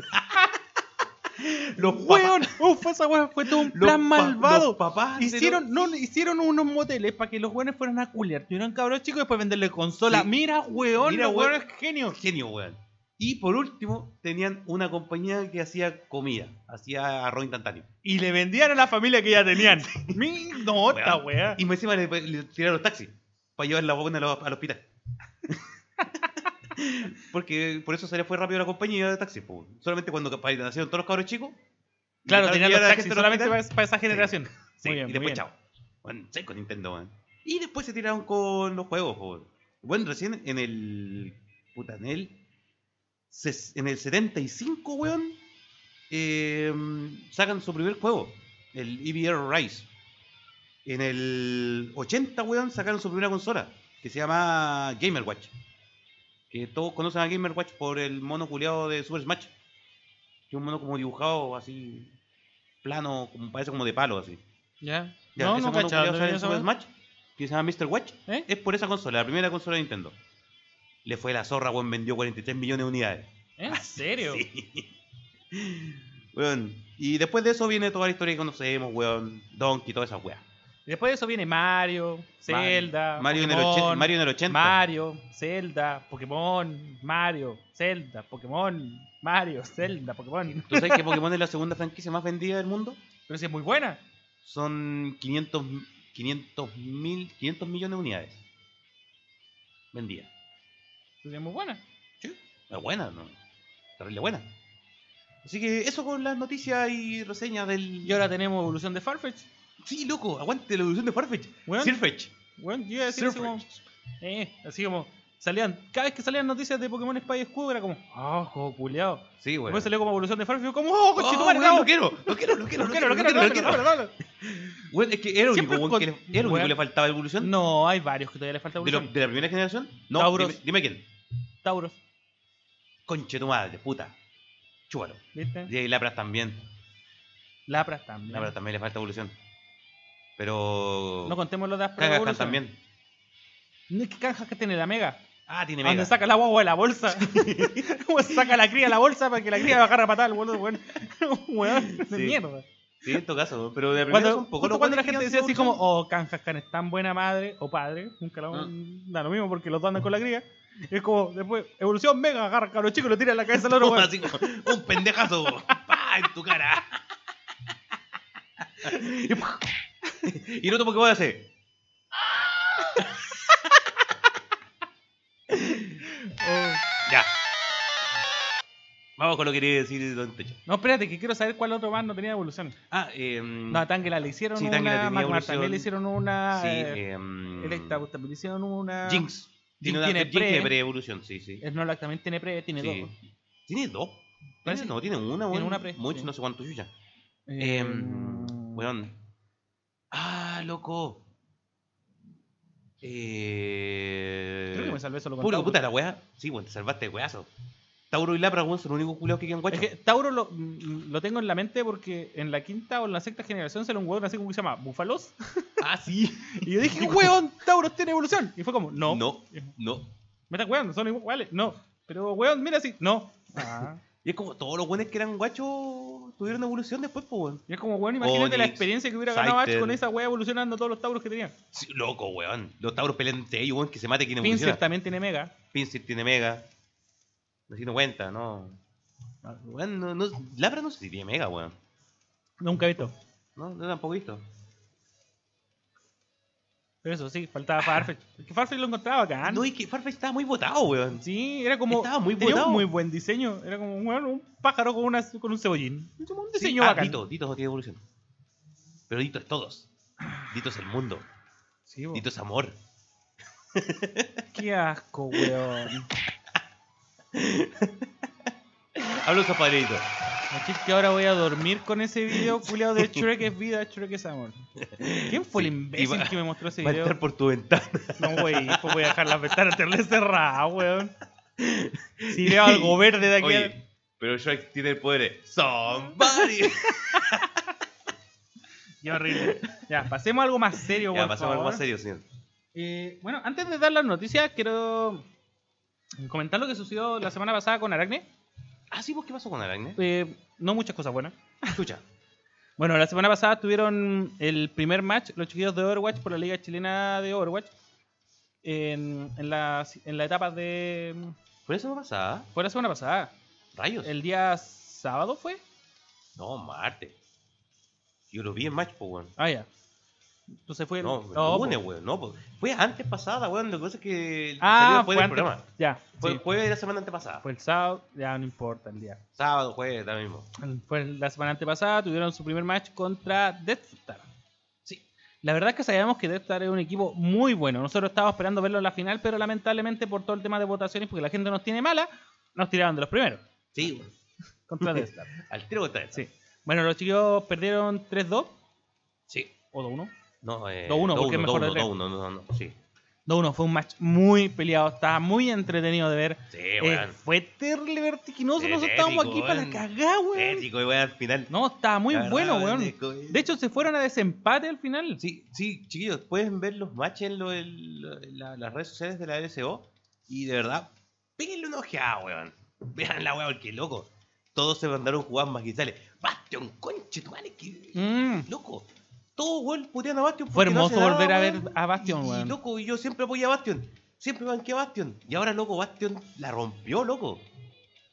S2: Los
S3: Weón, uf, esa weón fue todo un
S2: los
S3: plan
S2: pa-
S3: malvado.
S2: los papás de los-
S3: Hicieron, no, hicieron unos moteles para que los weones fueran a culiar. Tuvieron cabros chicos y después venderle consola.
S2: Sí.
S3: Mira, weón,
S2: Mira,
S3: los
S2: weón.
S3: weones genios.
S2: genio, weón. Y por último, tenían una compañía que hacía comida, hacía arroz instantáneo.
S3: Y le vendían a la familia que ya tenían. Mi nota,
S2: Weón.
S3: weón.
S2: Y me encima le, le tiraron los taxis para llevar la buena al hospital. Porque por eso se le fue rápido la compañía de taxis. po. Solamente cuando nacieron todos los cabros chicos.
S3: Claro,
S2: intentaron
S3: tenían los
S2: llevar a la
S3: taxis
S2: gente al
S3: solamente
S2: hospital.
S3: para, para esa generación.
S2: Sí,
S3: muy bien,
S2: y
S3: muy
S2: después
S3: bien.
S2: chao. Bueno, seco Nintendo, weón. Y después se tiraron con los juegos, weón. Bueno, recién en el. Puta, en el. ses- En el 75, weón. eh, sacan su primer juego, el EVR Rise. En el 80, weón, sacaron su primera consola, que se llama Gamer Watch. Que todos conocen a Gamer Watch por el mono culeado de Super Smash. Que es un mono como dibujado así, plano, como parece como de palo así.
S3: Ya.
S2: Ya,
S3: no,
S2: ese
S3: no
S2: mono
S3: cachaba.
S2: culiao
S3: no
S2: sale en
S3: tenía esa
S2: Super
S3: weá.
S2: Smash, que se llama Mr. Watch,
S3: ¿Eh?
S2: es por esa consola, la primera consola de Nintendo. Le fue la zorra, weón, vendió 43 millones de unidades.
S3: ¿En serio?
S2: Sí. Weón, y después de eso viene toda la historia que conocemos, weón, Donkey, toda esa weá.
S3: Después de eso viene Mario, Zelda,
S2: Mario, en el
S3: Pokémon,
S2: ochen- Mario en el 80.
S3: Mario, Zelda, Pokémon, Mario, Zelda, Pokémon, Mario, Zelda, Pokémon.
S2: ¿Tú sabes que Pokémon es la segunda franquicia más vendida del mundo?
S3: Pero si es muy buena.
S2: Son 500, 500, mil, 500 millones de unidades. Vendidas.
S3: Pues es muy buena.
S2: Sí. Es buena, ¿no? Terrible buena. Así que eso con las noticias y reseñas del.
S3: Y ahora tenemos evolución de Farfetch.
S2: Sí, loco, aguante la evolución de Farfetch.
S3: Weón.
S2: Sirfetch.
S3: Bueno, yo iba a decir así como. Eh, así como. Salían, cada vez que salían noticias de Pokémon Spy y Escudo era como, oh, juego culiado.
S2: Sí, weón.
S3: Después salió como evolución de Farfetch, como, oh,
S2: Oh,
S3: conchetumare,
S2: weón,
S3: no,
S2: lo quiero, lo quiero, lo quiero,
S3: no quiero, no quiero, no quiero, no quiero.
S2: Weón, es que era el único,
S3: Siempre
S2: weón,
S3: con-
S2: que le, era el único
S3: weón.
S2: que le faltaba evolución.
S3: No, hay varios que todavía le falta
S2: ¿De, lo-
S3: evolución.
S2: de la primera generación? No,
S3: Tauros.
S2: Dime, dime quién.
S3: Tauros,
S2: Conche tu madre, puta. Chúbalo.
S3: ¿viste?
S2: Y ahí Lapras también.
S3: Lapras también.
S2: Lapras también le falta evolución. Pero.
S3: No contemos los de Aspro
S2: Kangaskhan
S3: Evolution.
S2: también.
S3: No, ¿Qué cajas que tiene la Mega?
S2: Ah, tiene
S3: Donde
S2: mega.
S3: saca la guagua de la bolsa. Como saca la cría de la bolsa para que la cría agarre a patada al boludo, weón. Weón, de
S2: Sí.
S3: mierda.
S2: Sí, en todo caso. Pero de la primera
S3: Cuando,
S2: son poco
S3: justo
S2: los
S3: cuando la
S2: buenos que
S3: gente
S2: quedan
S3: decía
S2: sin
S3: así como,
S2: evolución. Ah.
S3: oh, Kanjaskan es tan buena madre o padre, nunca lo da lo mismo porque los dos andan con la cría. Y es como, después, evolución mega, agarra a los chicos y le tira en la cabeza al otro, weón.
S2: Así como, un pendejazo. pa, en tu cara. y, ¡pah! y el otro Pokémon hace.
S3: Oh.
S2: Ya. Vamos con lo que quería decir Don Techo.
S3: No, espérate, que quiero saber cuál otro más no tenía evolución.
S2: Ah, eh. mm,
S3: No, a Tangela le hicieron
S2: Sí, Tangela
S3: una,
S2: tenía
S3: Magmar
S2: evolución.
S3: también le hicieron una,
S2: Sí,
S3: eh,
S2: eh, mm,
S3: Electabuzz también le hicieron una...
S2: Jinx. Tiene,
S3: Jinx
S2: una,
S3: tiene
S2: Jinx
S3: pre.
S2: tiene pre-evolución, sí, sí.
S3: Snorlax también tiene pre, tiene
S2: Sí.
S3: dos.
S2: ¿Tiene dos?
S3: Parece-
S2: Parece no, tiene una,
S3: tiene
S2: weón.
S3: una pre,
S2: Mucho,
S3: sí.
S2: no sé cuánto chucha.
S3: Eh,
S2: Em, Weón. Ah, loco. Eh...
S3: Creo que me salvé solo con
S2: Puro
S3: Tauro.
S2: puta la weá. Sí, weón, te salvaste de weazo. Tauro y Lapra, weón, son los únicos culiados que quedan
S3: Es
S2: guachos.
S3: que Tauro lo, mm, lo tengo en la mente porque en la quinta o en la sexta generación sale un hueón así como que se llama Búfalos.
S2: Ah, sí.
S3: Y yo dije, hueón, Tauros tiene evolución. Y fue como, no.
S2: No, no.
S3: Me están hueando, son iguales. No. Pero hueón, mira así. No. Ah.
S2: Y es como todos los weones que eran guachos tuvieron evolución después, pues, weón.
S3: Y es como, hueón, imagínate la
S2: Onix,
S3: experiencia que hubiera ganado Ash
S2: Scyther.
S3: con esa hueá evolucionando todos los Tauros que tenía.
S2: Sí, loco, weón. Los Tauros pelean entre ellos, weón, que se mate quien
S3: Pinsir
S2: evoluciona.
S3: también tiene Mega.
S2: Pinsir tiene mega. No se cuenta, no. Ah, Weón, no, no. Lapra no sé si tiene mega, weón.
S3: Nunca he visto.
S2: No, no tampoco he visto.
S3: Pero eso sí, faltaba Farfetch. Que Farfetch lo encontraba acá.
S2: No, y que Farfetch estaba muy botado, weón.
S3: Sí, era como.
S2: Estaba muy
S3: tenía
S2: botado.
S3: un muy buen diseño. Era como bueno, un pájaro con, una, con un cebollín. Como un diseño
S2: ah,
S3: bacán.
S2: Dito, Dito no tiene evolución. Pero Dito es todos. Dito es el mundo.
S3: Sí, bo.
S2: Dito es amor.
S3: Qué asco, weón.
S2: Habla un padre Dito.
S3: Así que ahora voy a dormir con ese video culiado de Shrek es vida, Shrek es amor. ¿Quién fue el
S2: Sí,
S3: imbécil
S2: y va-
S3: que me mostró ese
S2: Va a
S3: video?
S2: entrar por tu ventana.
S3: No, güey, pues voy a dejar las ventanas tenerlas cerradas, weón. Si veo algo verde de aquí. al-
S2: Oye, pero Shrek tiene el poder. ¿eh? de Somebody.
S3: Qué horrible. Ya, pasemos a algo más serio,
S2: ya,
S3: weón.
S2: pasamos a algo más serio, señor.
S3: Eh, bueno, antes de dar las noticias, quiero comentar lo que sucedió la semana pasada con Aracne.
S2: Ah, sí, pues, ¿qué pasó con Aragne?
S3: Eh, no muchas cosas buenas.
S2: Escucha.
S3: Bueno, la semana pasada tuvieron el primer match los chiquillos de Overwatch por la Liga Chilena de Overwatch en, en la, en la etapa de...
S2: Por eso no pasa.
S3: Fue la semana pasada.
S2: Rayos.
S3: El día sábado fue.
S2: No, Marte. Yo lo vi en Match, pues, weón.
S3: Ah, ya. Entonces fue... el-
S2: No,
S3: Oh,
S2: no,
S3: po.
S2: weón. No, pues. Fue antes pasada, weón. Lo que pasa es que. salió
S3: Ah,
S2: después
S3: fue
S2: del
S3: antes-
S2: programa.
S3: Ya.
S2: Fue
S3: sí.
S2: el jueves de la semana antepasada.
S3: Fue el sábado. Ya no importa el día.
S2: Sábado, jueves, da lo mismo.
S3: Fue la semana antepasada. Tuvieron su primer match contra Death Star.
S2: Sí.
S3: La verdad es que sabíamos que Death Star es un equipo muy bueno. Nosotros estábamos esperando verlo en la final, pero lamentablemente por todo el tema de votaciones, porque la gente nos tiene mala, nos tiraron de los primeros
S2: Sí, weón.
S3: contra Death Star.
S2: Al tiro contra
S3: Ah. Sí. Bueno, los chicos perdieron 3-2
S2: Sí.
S3: o 2-1.
S2: No, eh,
S3: 2-1, porque es mejor de
S2: 2-1,
S3: tres.
S2: 2-1, no, no, no, sí.
S3: 2-1 fue un match muy peleado, estaba muy entretenido de ver.
S2: Sí,
S3: Eh,
S2: weón.
S3: fue terrible vertiginoso,
S2: Sí,
S3: nosotros estábamos aquí
S2: épico,
S3: para la
S2: weón.
S3: cagada, weón.
S2: Ético, weón, al final.
S3: No, estaba muy
S2: La verdad,
S3: bueno,
S2: weón,
S3: weón.
S2: ético, eh.
S3: De hecho, se fueron a desempate al final.
S2: Sí, sí, chiquillos, pueden ver los matches en, lo- en lo- en la- las redes sociales de la LSO y de verdad, péguenle una ojeada, weón. Vean la weón, qué loco. Todos se mandaron jugadas magistrales. Bastion, conche, tu madre, qué
S3: Mm.
S2: loco. Todos, weón, putean a Bastion.
S3: Fue
S2: porque no hace
S3: hermoso
S2: nada,
S3: volver a
S2: weón.
S3: ver a Bastion,
S2: Y,
S3: weón.
S2: loco, y yo siempre apoyé a Bastion. Siempre banqué a Bastion. Y ahora, loco, Bastion la rompió, loco.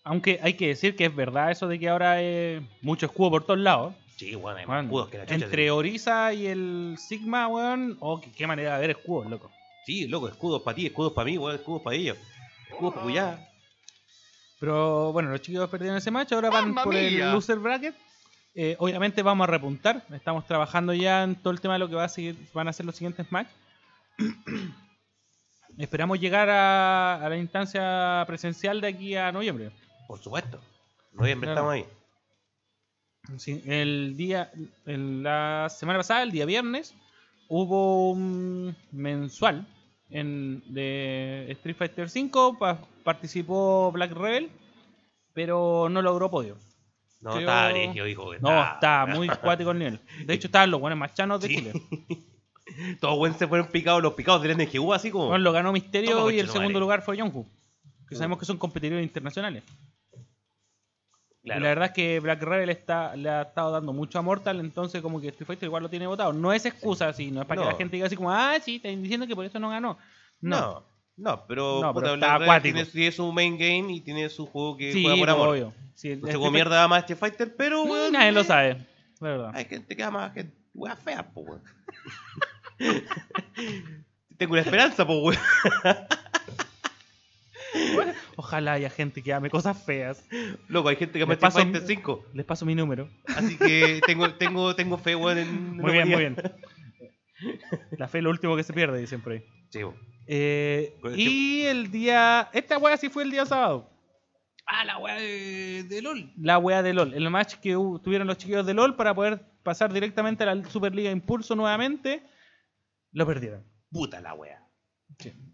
S3: Aunque hay que decir que es verdad eso de que ahora eh, mucho escudo por todos lados.
S2: Sí, weón, hay más
S3: Weón,
S2: escudos que la chucha.
S3: entre Orisa y el Sigma, weón. Oh, qué, qué manera de ver escudos, loco.
S2: Sí, loco, escudos para ti, escudos para mí, weón, escudos para ellos. Escudos para cuidar.
S3: Pero bueno, los chicos perdieron ese match, ahora van
S1: ¡Mamma
S3: por
S1: mia!
S3: el loser bracket. Eh, obviamente vamos a repuntar, estamos trabajando ya en todo el tema de lo que va a seguir, van a ser los siguientes match. Esperamos llegar a, a la instancia presencial de aquí a noviembre.
S2: Por supuesto. Noviembre estamos
S3: Claro.
S2: ahí.
S3: Sí, el día, el- la semana pasada, el día viernes, hubo un mensual en, de Street Fighter V. pa- participó Black Rebel, pero no logró podio.
S2: No,
S3: Creo-
S2: está brígido, dijo que
S3: No, está muy cuático el nivel. De hecho, estaban los buenos machanos de
S2: Ah. Sí.
S3: Chile.
S2: Todos buenos se fueron picados, los picados del NGU, así como.
S3: Bueno, lo ganó
S2: Toma,
S3: Misterio y el
S2: conchetumare.
S3: segundo lugar fue Yonhu. Que sabemos que son competidores internacionales.
S2: Claro.
S3: Y la verdad es que Black Rebel está, le ha estado dando mucho a Mortal, entonces como que Street Fighter igual lo tiene votado. No es excusa, sí, no es para
S2: No.
S3: que la gente diga así como, ah, sí, están diciendo que por eso no ganó. No.
S2: No, no, pero,
S3: No, pero
S2: puta,
S3: está
S2: Black Dragon
S3: acuático.
S2: tiene, tiene su main game y tiene su juego que
S3: sí,
S2: juega por
S3: no,
S2: amor.
S3: obvio. Sí,
S2: No se
S3: Street
S2: jugó
S3: Fighter-
S2: mierda a Master Fighter, pero
S3: Mm,
S2: weón,
S3: Nadie lo
S2: eh,
S3: sabe, la verdad.
S2: Hay gente que ama gente weá fea, po weón. Tengo una esperanza, po weón.
S3: Ojalá haya gente que ame cosas feas.
S2: Loco, hay gente que ama
S3: Me
S2: Master
S3: paso-
S2: Fighter 5.
S3: Les paso mi número.
S2: Así que tengo, tengo, tengo fe, weón, en
S3: Muy bien, muy bien. La fe es lo último que se pierde, dicen por ahí.
S2: Chivo.
S3: Eh,
S2: Con este-
S3: y el día. Esta wea sí fue el día sábado.
S1: Ah, la weá de, de LOL.
S3: La wea de LOL. El match que hu- tuvieron los chiquillos de LOL para poder pasar directamente a la Superliga Impulso nuevamente. Lo perdieron.
S2: Puta la weá.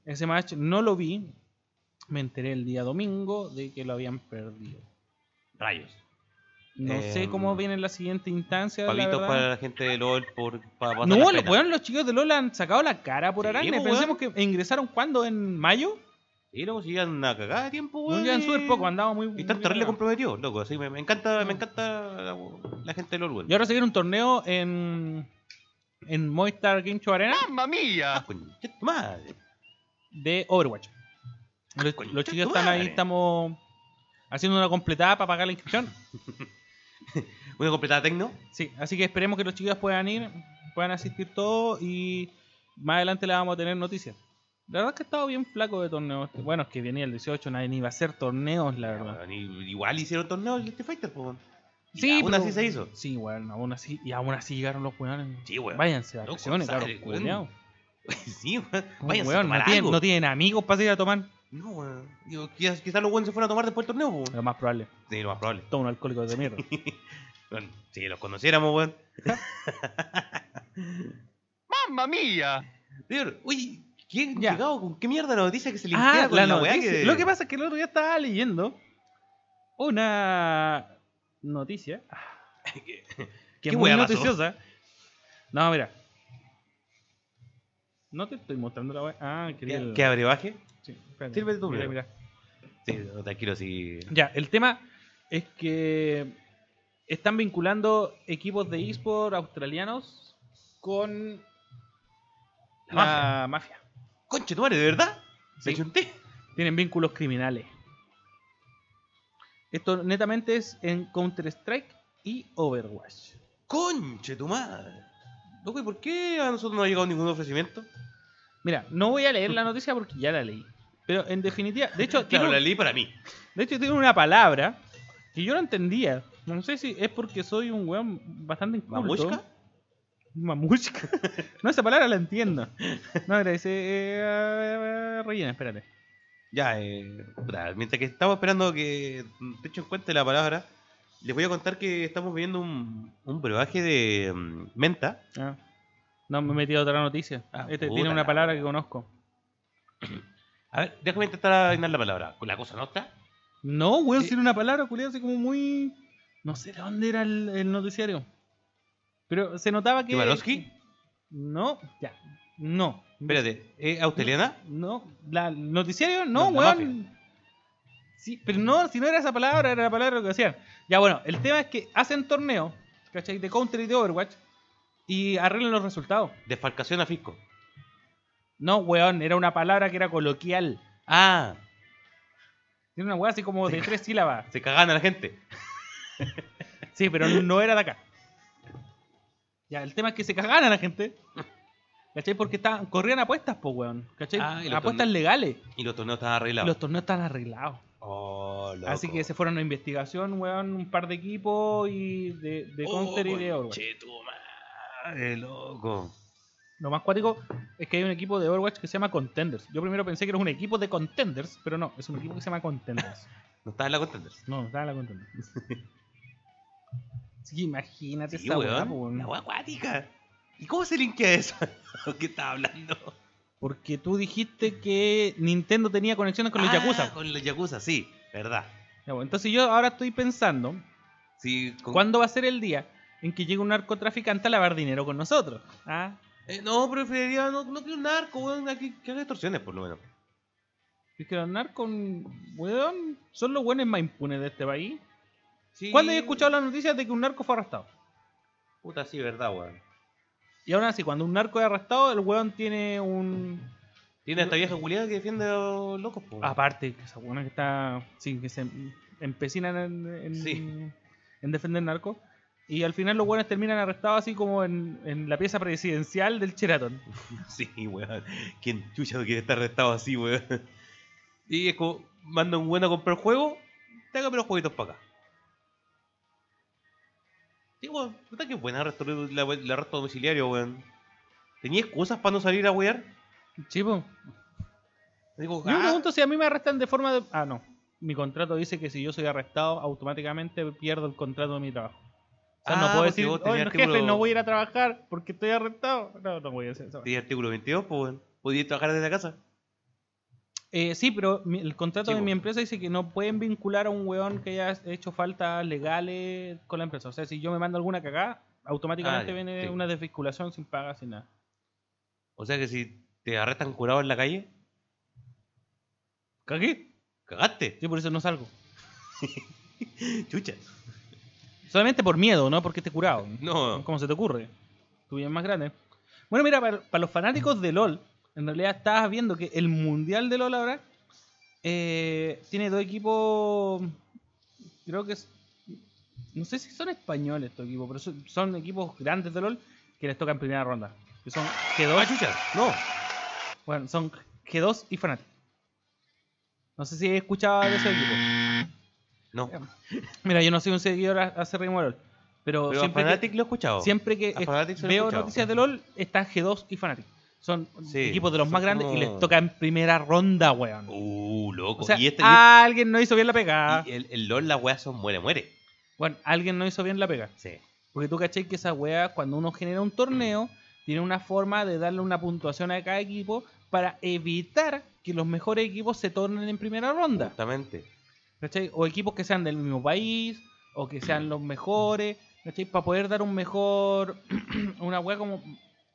S3: Ese match no lo vi. Me enteré el día domingo de que lo habían perdido.
S2: Rayos.
S3: No
S2: Em,
S3: sé cómo viene la siguiente instancia. la
S2: Pavitos
S3: verdad.
S2: para la gente de LOL por para pasar
S3: No,
S2: las
S3: lo,
S2: penas.
S3: weón, los chicos de LOL han sacado la cara por
S2: Sí,
S3: Arane.
S2: pues,
S3: Pensemos que ingresaron cuando, en mayo.
S2: Y luego si llegan a cagada de tiempo,
S3: No
S2: weón.
S3: llevan
S2: y-
S3: súper poco, andaba muy.
S2: Y están
S3: muy
S2: terrible
S3: cagados.
S2: comprometidos, loco. Así me, me encanta, me encanta la, la gente de LOL, weón.
S3: Y ahora se viene un torneo en. En Movistar Game Show Arena
S1: ¡Mamma mía!
S2: Ah, Conche tu madre.
S3: de Overwatch. Los,
S2: Concha
S3: los chicos
S2: tu
S3: están ahí,
S2: madre.
S3: estamos haciendo una completada para pagar la inscripción.
S2: Una completada tecno.
S3: Sí, así que esperemos que los chicos puedan ir, puedan asistir todos y más adelante le vamos a tener noticias. La verdad es que ha estado bien flaco de torneos. Bueno, es que venía el 18, nadie ni iba a hacer torneos, la verdad.
S2: Weón, y- Igual hicieron torneo el Street Fighter, po. weón. Ah, Y
S3: Sí,
S2: aún
S3: pero-
S2: así se hizo.
S3: Sí, bueno, aún así, y aún así llegaron los weones.
S2: Sí, weón.
S3: Váyanse a
S2: Loco,
S3: vacaciones,
S2: sale,
S3: claro,
S2: weón.
S3: culiao.
S2: sí, weón. Váyanse a
S3: Weón,
S2: tomar
S3: no, tienen,
S2: algo.
S3: no tienen amigos para ir a tomar.
S2: No, weón. Digo, quizás, quizás los buenos se fueron a tomar después del torneo, po. weón.
S3: Lo más probable.
S2: Sí, lo más probable.
S3: Todo un alcohólico de mierda.
S2: Weón, Si los conociéramos, weón.
S1: ¡Mamma mía!
S2: Pero, Oye, ¿qué,
S3: Ya.
S2: llegado, ¿con qué mierda la noticia que se linkea
S3: Ah,
S2: con
S3: la
S2: la, weá
S3: noticia.
S2: que...
S3: Lo que pasa es que el otro día estaba leyendo una noticia que es
S2: ¿Qué
S3: muy
S2: wea pasó?
S3: noticiosa. No, mira. No te estoy mostrando la wea. Ah, quería.
S2: ¿Qué,
S3: el-
S2: qué abrebaje?
S3: sí, espérate.
S2: Sírvete tú,
S3: Mira,
S2: mira.
S3: mira.
S2: Sí, no, tranquilo, sí.
S3: Ya, el tema es que están vinculando equipos de eSport australianos con
S2: La
S3: la mafia.
S2: Conche, tu madre, ¿de verdad?
S3: Sí.
S2: Me chunté.
S3: tienen vínculos criminales. Esto netamente es en Counter-Strike y Overwatch.
S2: Conche, tu madre. Loco, ¿y por qué a nosotros no ha llegado ningún ofrecimiento?
S3: Mira, no voy a leer la noticia porque ya la leí. Pero en definitiva, de hecho, tiene,
S2: Claro,
S3: un-
S2: la leí para mí.
S3: de hecho tiene una palabra que yo no entendía. No sé si es porque soy un weón bastante inculto.
S2: ¿Mamushka?
S3: Mamushka. No, esa palabra la entiendo. No, era ese... eh, rellena, espérate.
S2: Ya, eh, puta, mientras que estamos esperando que te echen cuenta la palabra, les voy a contar que estamos viviendo un, un brebaje de mm, menta.
S3: Ah. No, me he metido a otra noticia.
S2: Ah,
S3: este
S2: puta
S3: tiene una
S2: la
S3: palabra
S2: wea.
S3: que conozco.
S2: A ver, déjame intentar adivinar la palabra. ¿Con la cosa nostra?
S3: No, weón,
S2: Sí.
S3: si era una palabra, culiado, así como muy. No sé de dónde era el, el noticiario. Pero se notaba que.
S2: ¿Kibalowski?
S3: No, ya. No.
S2: Espérate, ¿es australiana?
S3: No, la el noticiario, no,
S2: No, la
S3: weón. Sí, pero no, si no era esa palabra, era la palabra que hacían. Ya, bueno, el tema es que hacen torneo, ¿cachai? De Counter y de Overwatch y arreglan los resultados.
S2: ¿Mm? Desfalcación a fisco.
S3: No, weón, era una palabra que era coloquial.
S2: Ah,
S3: Era una weá así como de tres sílabas.
S2: se cagan a la gente.
S3: Sí, pero no era de acá. Ya, el tema es que se cagaban a la gente. ¿Cachai? Porque estaban, corrían apuestas, po, weón. ¿Cachai?
S2: Ah, y los
S3: apuestas
S2: torneos.
S3: legales.
S2: Y los torneos están arreglados.
S3: Los torneos están arreglados.
S2: Oh, Oh, loco.
S3: Así que se fueron a investigación, weón, un par de equipos y de, de Counter y
S1: Oh,
S3: de Overwatch.
S2: Oh, Che, tu madre, Ah, loco.
S3: Lo más cuático es que hay un equipo de Overwatch que se llama Contenders. Yo primero pensé que era un equipo de Contenders, pero no, es un equipo que se llama Contenders.
S2: No estás en la Contenders.
S3: No, no estaba en la Contenders. Sí, imagínate
S2: Sí,
S3: esa weá,
S2: weón.
S3: po, weón.
S2: La weá acuática. ¿Y cómo se linkea eso? ¿Qué estás hablando?
S3: Porque tú dijiste que Nintendo tenía conexiones con los
S2: Ah,
S3: Yakuza.
S2: Con los Yakuza, sí, verdad.
S3: Ya, bueno, entonces yo ahora estoy pensando,
S2: Sí, con-
S3: ¿cuándo va a ser el día en que llegue un narcotraficante a lavar dinero con nosotros? ¿Ah?
S2: Eh, no, preferiría no, no que un narco, weón, que, que haga extorsiones por lo menos.
S3: Es que los narcos, weón, son los buenos más impunes de este país.
S2: Sí,
S3: ¿Cuándo he escuchado las noticias de que un narco fue arrestado?
S2: Puta, sí, verdad, weón.
S3: Y aún así, cuando un narco es arrestado, el weón tiene un...
S2: Tiene esta vieja culiada que defiende a los locos, po.
S3: Aparte, que esa weona que está... Sí, que se empecinan en, en,
S2: Sí.
S3: en defender narco. Y al final los buenos terminan arrestados así como en, en la pieza presidencial del Sheraton.
S2: Sí, weón. ¿Quién chucha no quiere estar arrestado así, weón? Y es como, manda un weón a comprar juego, tágame los jueguitos para acá. Sí, weón, puta que buena arresto- la- el arresto domiciliario, weón. ¿Tenía excusas para no salir a wear?
S3: Chivo.
S2: Digo,
S3: Yo me
S2: ah,
S3: pregunto si a mí me arrestan de forma de... Ah, no. Mi contrato dice que si yo soy arrestado, automáticamente pierdo el contrato de mi trabajo. O
S2: Ah,
S3: sea, no puedo
S2: porque
S3: decir,
S2: vos tenías
S3: pues "Oye, no,
S2: artículo-
S3: jefe, no voy a ir a trabajar porque estoy arrestado. No, no voy a hacer eso.
S2: tenía artículo 22, pues, weón. Podía trabajar desde la casa.
S3: Eh, sí, pero mi- el contrato
S2: Sí,
S3: de
S2: po.
S3: mi empresa dice que no pueden vincular a un weón que haya hecho faltas legales con la empresa. O sea, si yo me mando alguna cagada, automáticamente
S2: Ah, ya,
S3: viene
S2: sí.
S3: una desvinculación sin paga, sin nada.
S2: O sea que si te arrestan curado en la calle,
S3: ¿Cagué?
S2: cagaste.
S3: Sí, por eso no salgo.
S2: Chucha.
S3: Solamente por miedo, ¿no? Porque esté curado.
S2: No.
S3: ¿Cómo se te ocurre? Tu bien más grande. Bueno, mira, para, para los fanáticos de LOL, en realidad estabas viendo que el mundial de LOL ahora eh, tiene dos equipos. Creo que. es- no sé si son españoles estos equipos, pero son, son equipos grandes de LOL que les tocan primera ronda. Que son
S2: Ah,
S3: G2.
S2: chucha. No.
S3: Bueno, son G2 y Fnatic. No sé si he escuchado de esos equipos.
S1: Ah,
S2: No.
S3: Mira, yo no soy un seguidor a- acérrimo de LOL. Pero,
S2: Pero a
S3: siempre que-
S2: Fnatic lo he escuchado.
S3: Siempre que
S2: A
S3: es-
S2: Fnatic se lo he
S3: veo
S2: escuchado.
S3: noticias de LOL, está G2 y Fnatic. Son
S2: Sí,
S3: equipos de los
S2: son
S3: más grandes y
S2: como-
S3: les toca en primera ronda, weón.
S2: Uh, loco.
S3: o sea, ah,
S2: y este.
S3: alguien no hizo bien la pega.
S2: y eh, el, el LOL, la weá son muere, muere.
S3: Bueno, alguien no hizo bien la pega.
S2: Sí.
S3: Porque tú caché que esa wea, cuando uno genera un torneo,
S2: Mm.
S3: tiene una forma de darle una puntuación a cada equipo para evitar que los mejores equipos se tornen en primera ronda.
S2: Justamente.
S3: ¿cachai? O equipos que sean del mismo país, o que sean los mejores, ¿cachai? Para poder dar un mejor, una wea como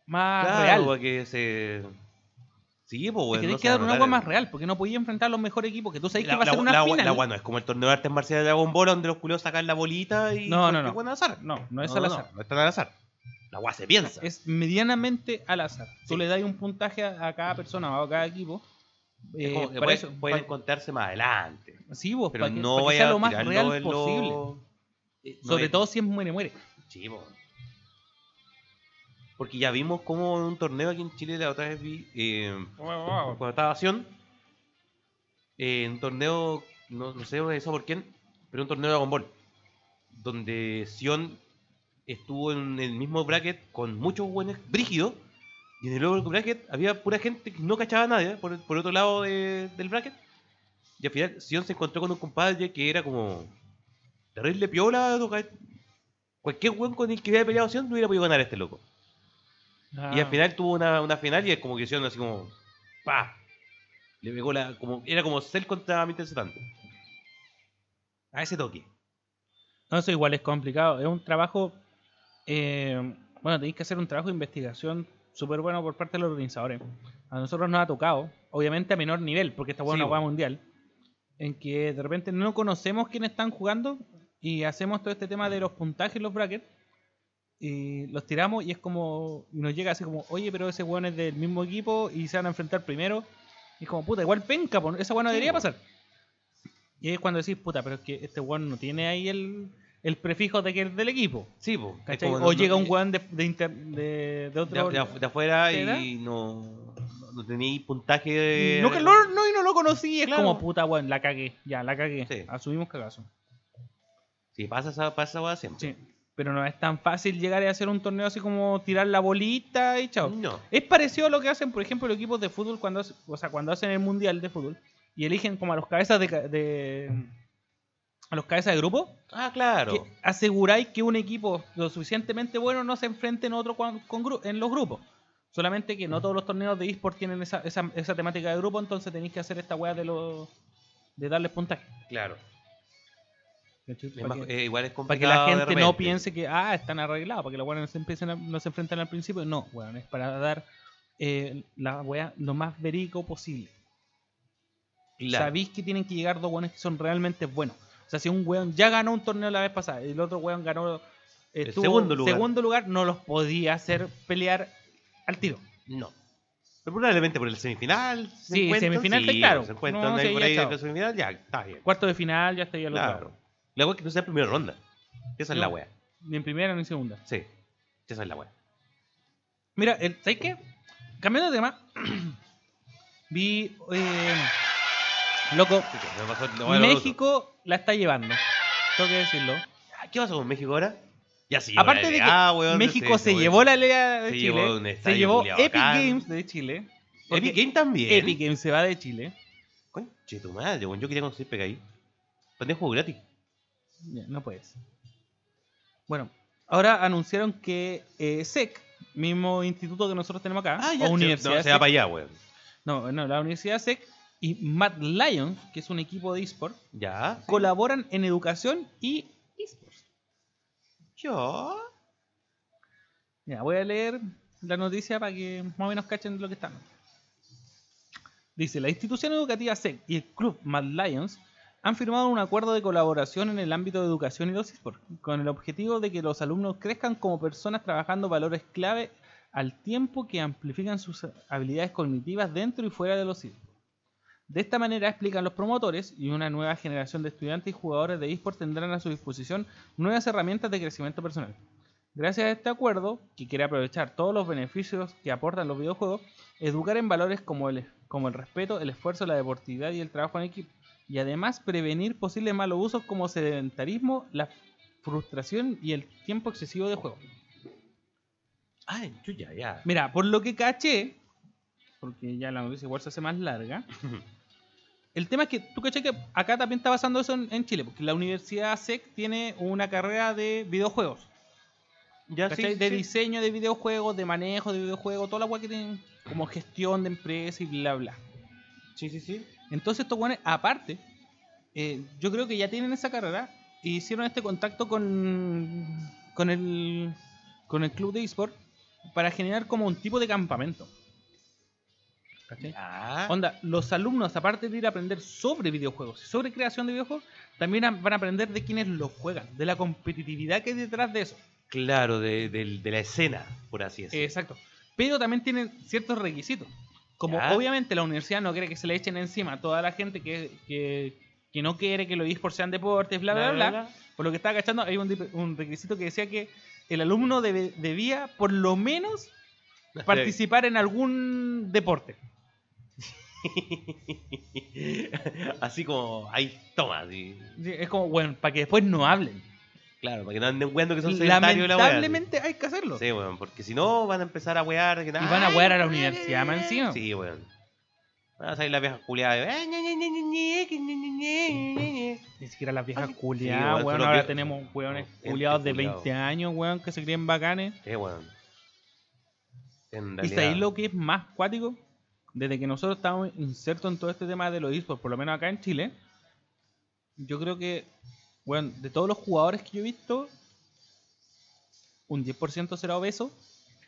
S3: más
S2: claro,
S3: Ah, real.
S2: weá, que se. Sí, pues,
S3: Te
S2: weón.
S3: tenés
S2: no
S3: que
S2: se
S3: dar una
S2: anotaron.
S3: agua más real, porque no podía enfrentar a los mejores equipos, que tú sabes que
S2: La,
S3: va a
S2: la,
S3: ser una
S2: la-
S3: final.
S2: la weá no es como el torneo de artes marciales de Dragon Ball, donde los culios sacan la bolita y.
S3: No, no,
S2: cualquier
S3: no.
S2: weá al azar.
S3: no, no es al azar.
S2: No, están al azar. La weá se piensa.
S3: Es medianamente al azar. Tú
S2: Sí.
S3: le das un puntaje a, a cada persona o a cada equipo.
S2: Es
S3: eh,
S2: como que
S3: para
S2: pueden,
S3: eso,
S2: pueden
S3: pa-
S2: encontrarse más adelante.
S3: sí, vos,
S2: Pero
S3: para que,
S2: no
S3: para que
S2: vaya
S3: sea
S2: a
S3: lo más
S2: tirarlo
S3: real
S2: en lo-
S3: posible.
S2: Eh, no
S3: Sobre
S2: es-
S3: todo si es muere, muere.
S2: Sí, po. Porque ya vimos como en un torneo aquí en Chile la otra vez vi. eh, cuando estaba Sion, eh, un torneo, no, no sé eso por quién, pero un torneo de Dragon Ball, donde Sion estuvo en el mismo bracket con muchos buenos brígidos, y en el otro bracket había pura gente que no cachaba a nadie, por, el- por otro lado de- del bracket, y al final Sion se encontró con un compadre que era como terrible piola, toca- cualquier buen con el que hubiera peleado Sion no hubiera podido ganar a este loco. Y
S3: Ah.
S2: al final tuvo una, una final y es como que hicieron así como. ¡Pa! Le pegó la. Como, era como Cell contra Mr. Satan. A ese toque.
S3: No, eso igual es complicado. Es un trabajo. eh, bueno, tenéis que hacer un trabajo de investigación súper bueno por parte de los organizadores. A nosotros nos ha tocado, obviamente a menor nivel, porque esta hueá es
S2: Sí,
S3: una hueá
S2: bueno.
S3: mundial, en que de repente no conocemos quiénes están jugando y hacemos todo este tema de los puntajes, los brackets, y los tiramos y es como. y nos llega así como, oye, pero ese hueón es del mismo equipo y se van a enfrentar primero. Y es como, puta, igual penca, po, esa hueá no
S2: Sí,
S3: debería
S2: bueno.
S3: pasar. Y ahí es cuando decís, puta, pero es que este weón no tiene ahí el, el prefijo de que es del equipo.
S2: Sí, po. Es
S3: ¿cachai?
S2: como
S3: O
S2: no- no-
S3: llega un
S2: eh,
S3: weón de, de, inter- de, de
S2: de,
S3: otro.
S2: de af- de afuera
S3: ¿Te da?
S2: y no, no- no tenéis puntaje.
S3: No, que no, no, y no lo conocí, es
S2: Claro.
S3: como puta, weón, la cagué, ya, la cagué.
S2: Sí.
S3: Asumimos cagazo.
S2: Sí, pasa esa pasa esa weá siempre.
S3: Sí. Pero no es tan fácil llegar y hacer un torneo así como tirar la bolita y chao.
S2: No.
S3: Es parecido a lo que hacen, por ejemplo, los equipos de fútbol cuando, hace- o sea, cuando hacen el mundial de fútbol y eligen como a los cabezas de, ca- de- a los cabezas de grupo.
S2: Ah, claro.
S3: que aseguráis que un equipo lo suficientemente bueno no se enfrente en otro cuan- con gru- en los grupos. Solamente que no todos los torneos de eSport tienen esa, esa, esa temática de grupo, entonces tenéis que hacer esta weá de los de darles puntaje.
S2: Claro.
S3: ¿cachai?
S2: Es
S3: Pa'
S2: más-
S3: que-
S2: eh, igual es
S3: para que
S2: complicado.
S3: la
S2: de
S3: gente no
S2: repente.
S3: piense que, ah, están arreglados, para que los weones no se, empiecen a- no se enfrenten al principio. No, weón, es para dar eh, la weá lo más verico posible.
S2: Claro.
S3: Sabéis que tienen que llegar dos weones que son realmente buenos. O sea, si un weón ya ganó un torneo la vez pasada y el otro weón ganó eh,
S2: El
S3: estuvo
S2: segundo lugar.
S3: segundo lugar, no los podía hacer pelear al tiro.
S2: No. Pero probablemente por el semifinal. se
S3: Sí,
S2: encuentran,
S3: semifinal está
S2: sí,
S3: claro.
S2: Se encuentran
S3: No,
S2: ahí
S3: sí,
S2: por
S3: ya,
S2: ahí
S3: chao.
S2: en la semifinal, ya, está bien.
S3: Cuarto de final, ya estaría al otro
S2: Claro.
S3: lado.
S2: La wea es que no sea primera ronda. Esa es
S3: No.
S2: la wea.
S3: Ni en primera ni en segunda.
S2: Sí. Esa es la wea.
S3: Mira, el, ¿sabes qué? Cambiando de tema, vi. eh, loco,
S2: Sí, que me pasó- no, bueno, lo
S3: México la está llevando. Tengo que decirlo.
S2: otro. Ah, ¿Qué pasó con México ahora? Ya sí. ah,
S3: Aparte de que México se llevó la LEA de
S2: se
S3: Chile,
S2: llevó un
S3: se
S2: estadio
S3: llevó
S2: culiao
S3: Epic
S2: bacán.
S3: Games de Chile. porque
S2: Epic Game también.
S3: Epic Games se va de Chile.
S2: Conche tu madre, weón. Yo quería conseguir pega ahí. Pendejo juego gratis.
S3: Ya, No puedes. Bueno, ahora anunciaron que eh, SEC, mismo instituto que nosotros tenemos acá, Ah, o
S2: se-
S3: universidad.
S2: Ah, No, se va
S3: SEC,
S2: para allá, weón.
S3: no, no, la Universidad SEC y Mad Lions, que es un equipo de eSport,
S2: Ya.
S3: colaboran en educación y eSports.
S2: Yo.
S3: Ya, voy a leer la noticia para que más o menos cachen de lo que estamos. Dice, la institución educativa SEC y el club Mad Lions han firmado un acuerdo de colaboración en el ámbito de educación y los esports, con el objetivo de que los alumnos crezcan como personas trabajando valores clave al tiempo que amplifican sus habilidades cognitivas dentro y fuera de los esports. De esta manera, explican los promotores, y una nueva generación de estudiantes y jugadores de esports tendrán a su disposición nuevas herramientas de crecimiento personal. Gracias a este acuerdo, que quiere aprovechar todos los beneficios que aportan los videojuegos, educar en valores como el, como el respeto, el esfuerzo, la deportividad y el trabajo en equipo, y además prevenir posibles malos usos como sedentarismo, la frustración y el tiempo excesivo de juego.
S2: Ay, ah, chucha, ya.
S3: Mira, por lo que caché, porque ya la noticia igual se hace más larga, el tema es que tú caché que acá también está pasando eso en, en Chile, porque la Universidad SEC tiene una carrera de videojuegos.
S2: ya sí.
S3: ¿cachai? de
S2: sí.
S3: diseño de videojuegos, de manejo de videojuegos, toda la weá que tienen como gestión de empresa y bla bla.
S2: Sí, sí, sí.
S3: Entonces estos weones, aparte, eh, yo creo que ya tienen esa carrera e hicieron este contacto con, con el con el club de eSport para generar como un tipo de campamento. ¿Cachai?
S2: Ah. Ya.
S3: Onda, los alumnos, aparte de ir a aprender sobre videojuegos, y sobre creación de videojuegos, también a- van a aprender de quienes los juegan, de la competitividad que hay detrás de eso.
S2: Claro, de, del- de la escena, por así decirlo.
S3: Exacto. Pero también tienen ciertos requisitos. Como
S2: Ya.
S3: obviamente la universidad no quiere que se le echen encima a toda la gente que, que, que no quiere que los esports sean deportes, bla, bla, bla, Por lo que estaba cachando, hay un, dip- un requisito que decía que el alumno debe- debía por lo menos participar en algún deporte.
S2: Así como ahí toma, así.
S3: Sí, Es como, bueno, para que después no hablen.
S2: Claro, para que no anden weando que son sedentarios y la wea, así.
S3: Lamentablemente hay que hacerlo.
S2: Sí, weón, porque si no van a empezar a wear. que,
S3: Y van a wear a la
S2: "Ay,
S3: universidad, más encima".
S2: Sí, weón. Van a salir las viejas culiadas. de, "Ay, ñe, ñe, ñe, ñe, ñe, que ñe, ñe, ñe, ñe, ñe".
S3: Ni siquiera las viejas
S2: Ay, sí,
S3: culiadas,
S2: igual son
S3: weón.
S2: los
S3: Ahora
S2: viejos.
S3: tenemos weones
S2: Gente
S3: culiados de
S2: culiao.
S3: 20 años, weón, que se creen bacanes.
S2: Sí, weón. En
S3: ¿Y
S2: realidad.
S3: sabéis lo que es más cuático? Desde que nosotros estamos insertos en todo este tema de los esports, por lo menos acá en Chile, yo creo que, bueno, de todos los jugadores que yo he visto, un 10% será obeso.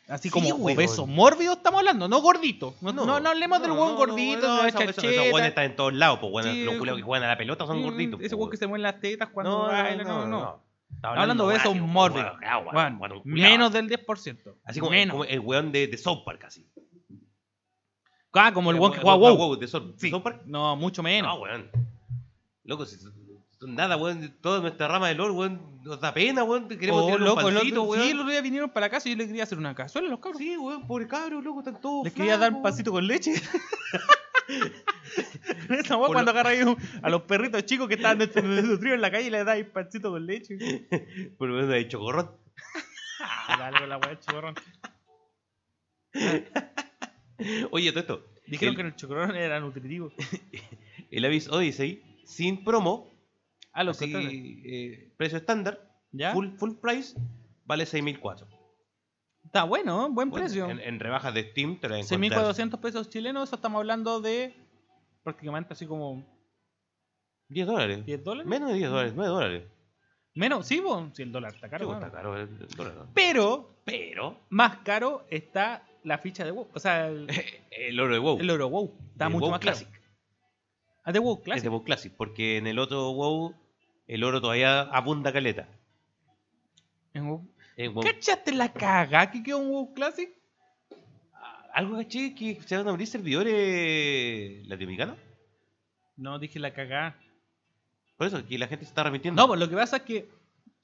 S3: Así
S2: Sí,
S3: como
S2: weón.
S3: obeso, mórbido estamos hablando, no gordito. No, no, no hablemos del
S2: no,
S3: hueón
S2: no,
S3: gordito,
S2: no,
S3: de la
S2: esos- esos-
S3: chancheta.
S2: Esos weones están en todos lados, pues weón.
S3: Sí,
S2: Los culiados que juegan a la pelota son
S3: Mm,
S2: gorditos.
S3: Ese
S2: po,
S3: hueón que se mueven las tetas cuando
S2: No, no,
S3: baila,
S2: no, no. Estaba
S3: Hablando de esos
S2: guayo,
S3: mórbidos.
S2: guayo, guayo, guayo,
S3: Weón,
S2: guayo, culiao.
S3: menos del 10%.
S2: Así como, eh,
S3: menos.
S2: como el weón de, de South Park, así.
S3: ah, como el hueón que
S2: Eh,
S3: juega
S2: weón,
S3: WoW.
S2: de South,
S3: Sí.
S2: South Park.
S3: No, mucho
S2: No,
S3: menos.
S2: weón. Loco, si, Nada, weón. Toda nuestra rama de LOL, weón. Nos da pena, weón. Queremos
S3: Oh,
S2: tener
S3: loco,
S2: un
S3: el
S2: pancito,
S3: otro,
S2: weón.
S3: sí, el otro día vinieron para la casa y yo les quería hacer una cazuela a los cabros.
S2: Sí, weón, pobre cabro, loco, están todos.
S3: les quería dar un
S2: flacos.
S3: pancito con leche. Esa weá
S2: Por
S3: cuando
S2: lo-
S3: agarráis un- a los perritos chicos que estaban desnutridos en la calle y les dais pancito con leche.
S2: Por lo menos de chocorrón.
S3: Ah, dale, la weá, chocorrón.
S2: Oye, todo esto.
S3: Dijeron
S2: El-
S3: que el chocorrón era nutritivo.
S2: El Abyss Odyssey, sin promo,
S3: Ah, los
S2: así,
S3: contratan.
S2: eh, precio estándar,
S3: ¿Ya?
S2: full, full price, vale 6.004.
S3: Está bueno, ¿eh? buen
S2: Bueno,
S3: precio.
S2: En, en rebajas de Steam te la encuentras.
S3: 6.400 pesos chilenos, eso estamos hablando de prácticamente así como
S2: 10 dólares.
S3: 10 dólares.
S2: Menos de 10 dólares, 9 dólares.
S3: Menos, sí, bo, sí, el dólar está
S2: Claro,
S3: caro. bueno.
S2: está caro eh, el dólar. ¿no?
S3: Pero
S2: Pero
S3: más caro está la ficha de WoW. O sea, el,
S2: el oro de WoW.
S3: el oro WoW. Está
S2: De
S3: mucho
S2: WoW
S3: más caro.
S2: Classic.
S3: Ah, de WoW
S2: Es de
S3: Classic.
S2: WoW Classic, porque en el otro WoW el oro todavía abunda caleta.
S3: En WoW.
S2: En WoW-
S3: ¿Cachaste la caga que quedó un WoW Classic?
S2: Algo caché que se van a abrir servidores latinoamericanos.
S3: No, dije la cagada.
S2: Por eso, que la gente se está remitiendo.
S3: No, pues lo que pasa es que.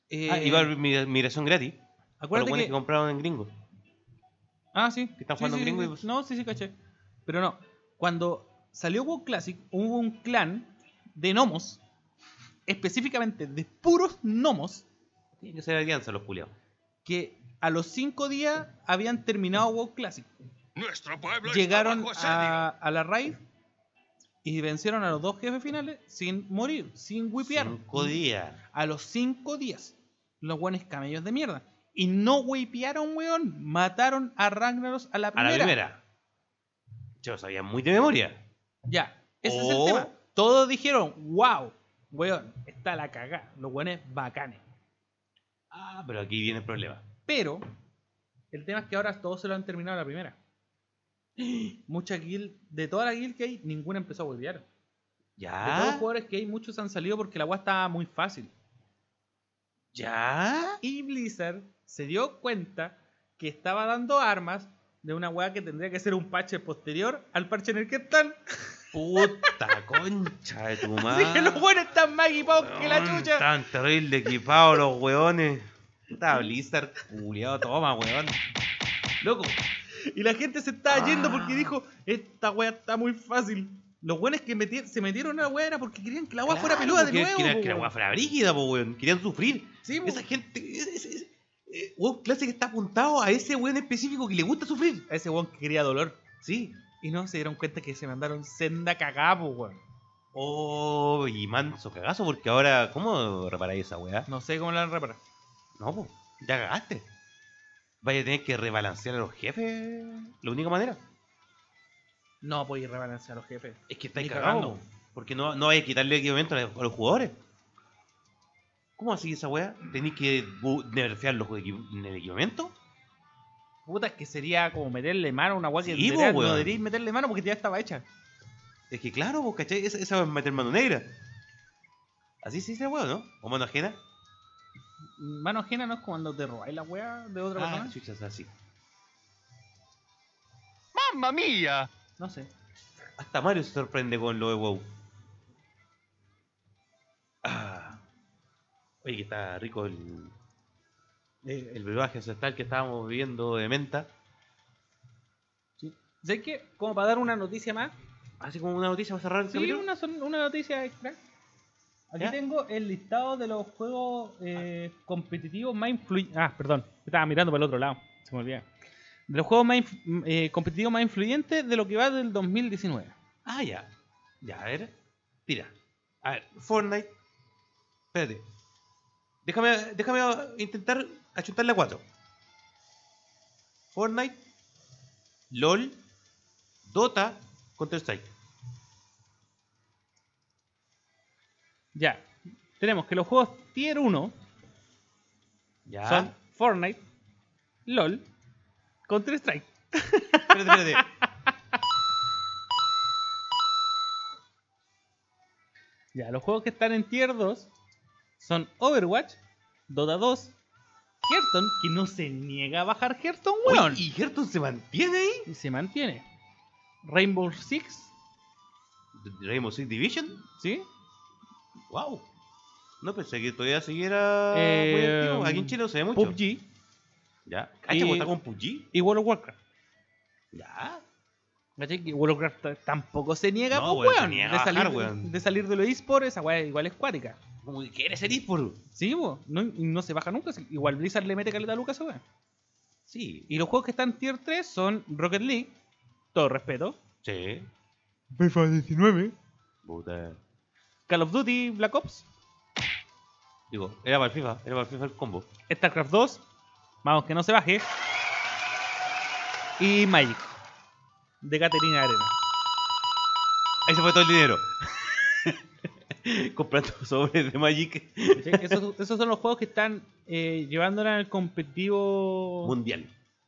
S3: eh,
S2: Ah, iba a haber mi- migración gratis. Por los
S3: acuérdate
S2: buenos
S3: que,
S2: que... compraron en gringo.
S3: Ah, sí.
S2: que están
S3: Sí,
S2: jugando
S3: sí,
S2: gringo
S3: sí,
S2: y pues-
S3: No, sí, sí, caché. Pero no. Cuando salió WoW Classic, hubo un clan de gnomos, específicamente de puros gnomos,
S2: Tienen que ser alianza los culiados.
S3: que a los cinco días habían terminado WoW Classic.
S1: Nuestro pueblo
S3: Llegaron a, a la raid y vencieron a los dos jefes finales sin morir, sin wipear.
S2: Cinco días.
S3: A los cinco días. Los buenos camellos de mierda. Y no wipearon, weón. Mataron a Ragnaros a la
S2: A la
S3: primera.
S2: primera. Yo lo sabía muy de memoria.
S3: Ya, ese
S2: O-
S3: es el tema. Todos dijeron, wow, weón, está la cagada, los buenos bacanes.
S2: Ah, pero aquí viene el problema.
S3: Pero el tema es que ahora todos se lo han terminado la primera. Mucha guild, de toda la guild que hay, ninguna empezó a volver. De todos los
S2: ¿Ya?
S3: jugadores que hay, muchos han salido porque la agua estaba muy fácil.
S2: ¿Ya?
S3: Y Blizzard se dio cuenta que estaba dando armas de una weá que tendría que ser un parche posterior al parche en el que están.
S2: Puta concha de tu madre.
S3: Así que los buenos están más equipados que la
S2: Ah. Weón,
S3: chucha.
S2: Estaban terrible equipados los weones. Puta Blizzard, culiado, toma, weón. Loco,
S3: Y la gente se estaba yendo porque
S2: Ah.
S3: dijo, esta wea está muy fácil. Los buenos que meti- se metieron a la wea era porque querían que la wea fuera
S2: claro,
S3: peluda de
S2: que-
S3: nuevo.
S2: Que, la-
S3: po,
S2: que la
S3: weón.
S2: weá fuera brígida, po, weón. Querían sufrir.
S3: Sí, po.
S2: Esa gente. es- es- es- eh, Weón Classic está apuntado a ese weón específico que le gusta sufrir.
S3: A ese weón que quería dolor.
S2: Sí.
S3: Y no se dieron cuenta que se mandaron senda cagada, po, weón.
S2: Oh, y manso cagazo, porque ahora, ¿cómo reparáis esa weá?
S3: No sé cómo la han reparado.
S2: No, po, ya cagaste. Vaya a tener que rebalancear a los jefes. La única manera
S3: No podéis rebalancear a los jefes.
S2: es que estáis
S3: Ni
S2: cagando.
S3: cagando.
S2: po, Porque no, no vais a quitarle equipamiento a los, a los jugadores. ¿Cómo así esa weá? ¿Tenéis que bu- nerfear los equi- en el equipamiento?
S3: Puta, es que sería como meterle mano a una wea que
S2: Sí,
S3: en
S2: po,
S3: realidad no
S2: weón.
S3: deberíais meterle mano porque ya estaba hecha.
S2: Es que claro, vos, ¿cachai? Esa, esa es meter mano negra. Así se dice, weón, ¿no? O mano ajena.
S3: Mano ajena no es cuando te robáis la wea de otra
S2: Ah,
S3: persona.
S2: chucha, es así.
S1: ¡Mamma mía!
S3: No sé.
S2: Hasta Mario se sorprende con lo de WoW. Ah. Oye, que está rico el, el, el brebaje ancestral que estábamos bebiendo de menta.
S3: Sé que, como para dar una noticia más,
S2: Así como una noticia para cerrar el
S3: Sí,
S2: capítulo.
S3: una, son- una noticia extra. Aquí
S2: ¿Ya?
S3: tengo el listado de los juegos eh, competitivos más influyentes. Ah, perdón, estaba mirando para el otro lado, se me olvidaba. De los juegos más inf- eh, competitivos más influyentes de lo que va del 2019.
S2: Ah, ya. Ya, a ver. Tira. A ver, Fortnite. Espérate. Déjame, déjame intentar achuntarle a cuatro. Fortnite, LOL, Dota, Counter-Strike.
S3: Ya, tenemos que los juegos Tier 1
S2: Ya.
S3: son Fortnite, LOL, Counter-Strike.
S2: Espérate, espérate.
S3: Ya, los juegos que están en Tier 2 son Overwatch, Dota 2, Hearthstone, que no se niega a bajar Hearthstone,
S2: Oye,
S3: weón.
S2: ¿Y Gerton se mantiene ahí?
S3: y se mantiene. Rainbow Six,
S2: Rainbow Six Division.
S3: ¿sí?
S2: Wow. No pensé que todavía siguiera. muy
S3: Eh,
S2: activo. Aquí en Chile no se ve mucho.
S3: PUBG
S2: Ya. ¿Cacha, pues,
S3: Y-
S2: está con PUBG?
S3: y World of Warcraft.
S2: Ya.
S3: ¿Cachai? Que World of Warcraft ta- tampoco se niega,
S2: No,
S3: pues,
S2: weón, se
S3: weón,
S2: niega
S3: de,
S2: a
S3: salir,
S2: bajar,
S3: de-
S2: weón.
S3: de salir de los eSports, esa weá igual es cuática.
S2: Como que quiere ser eSport.
S3: Sí, weón, no, no se baja nunca. si- Igual Blizzard le mete caleta a Lucas, weón.
S2: Sí.
S3: Y los juegos que están en Tier 3 son Rocket League, todo respeto.
S2: Sí.
S3: FIFA 19.
S2: Puta.
S3: Call of Duty, Black Ops,
S2: Digo, era para el FIFA, era para el FIFA el combo.
S3: StarCraft 2, vamos que no se baje. Y Magic, de Caterina Arena.
S2: Ahí se fue todo el dinero. Comprando sobres de Magic
S3: ¿Cachai? Esos, esos son los juegos que están eh, llevándola al competitivo
S2: mundial.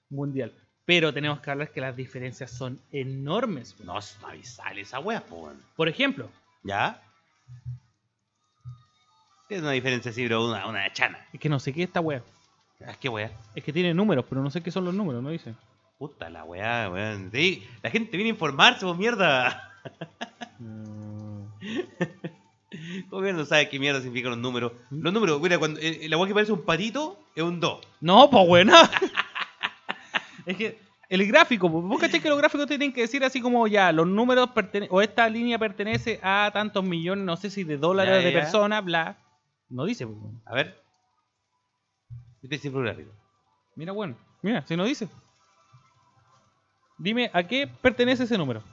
S3: mundial. Pero tenemos que hablar que las diferencias son enormes. weón.
S2: No, es avisale esa wea, po. weón.
S3: Por ejemplo,
S2: ¿Ya? Tiene una diferencia así, pero una, una chana.
S3: es que no sé qué es esta wea.
S2: Ah, qué wea.
S3: Es que tiene números, pero no sé qué son los números, no dicen.
S2: Puta la wea, weón. Sí, la gente viene a informarse, vos mierda. Mm. Todo bien, no sabe qué mierda significan los números. Los números, mira, cuando eh, la wea que parece un patito es un 2.
S3: No, pues buena. es que el gráfico, pues, vos cachés que los gráficos te tienen que decir así como ya, los números pertene- o esta línea pertenece a tantos millones, no sé si de dólares
S2: Ya,
S3: de
S2: ya, ya.
S3: personas, bla. No dice, pues, weón.
S2: A ver. Este es siempre un gráfico.
S3: Mira, bueno, mira, si no dice. Dime, ¿a qué pertenece ese número?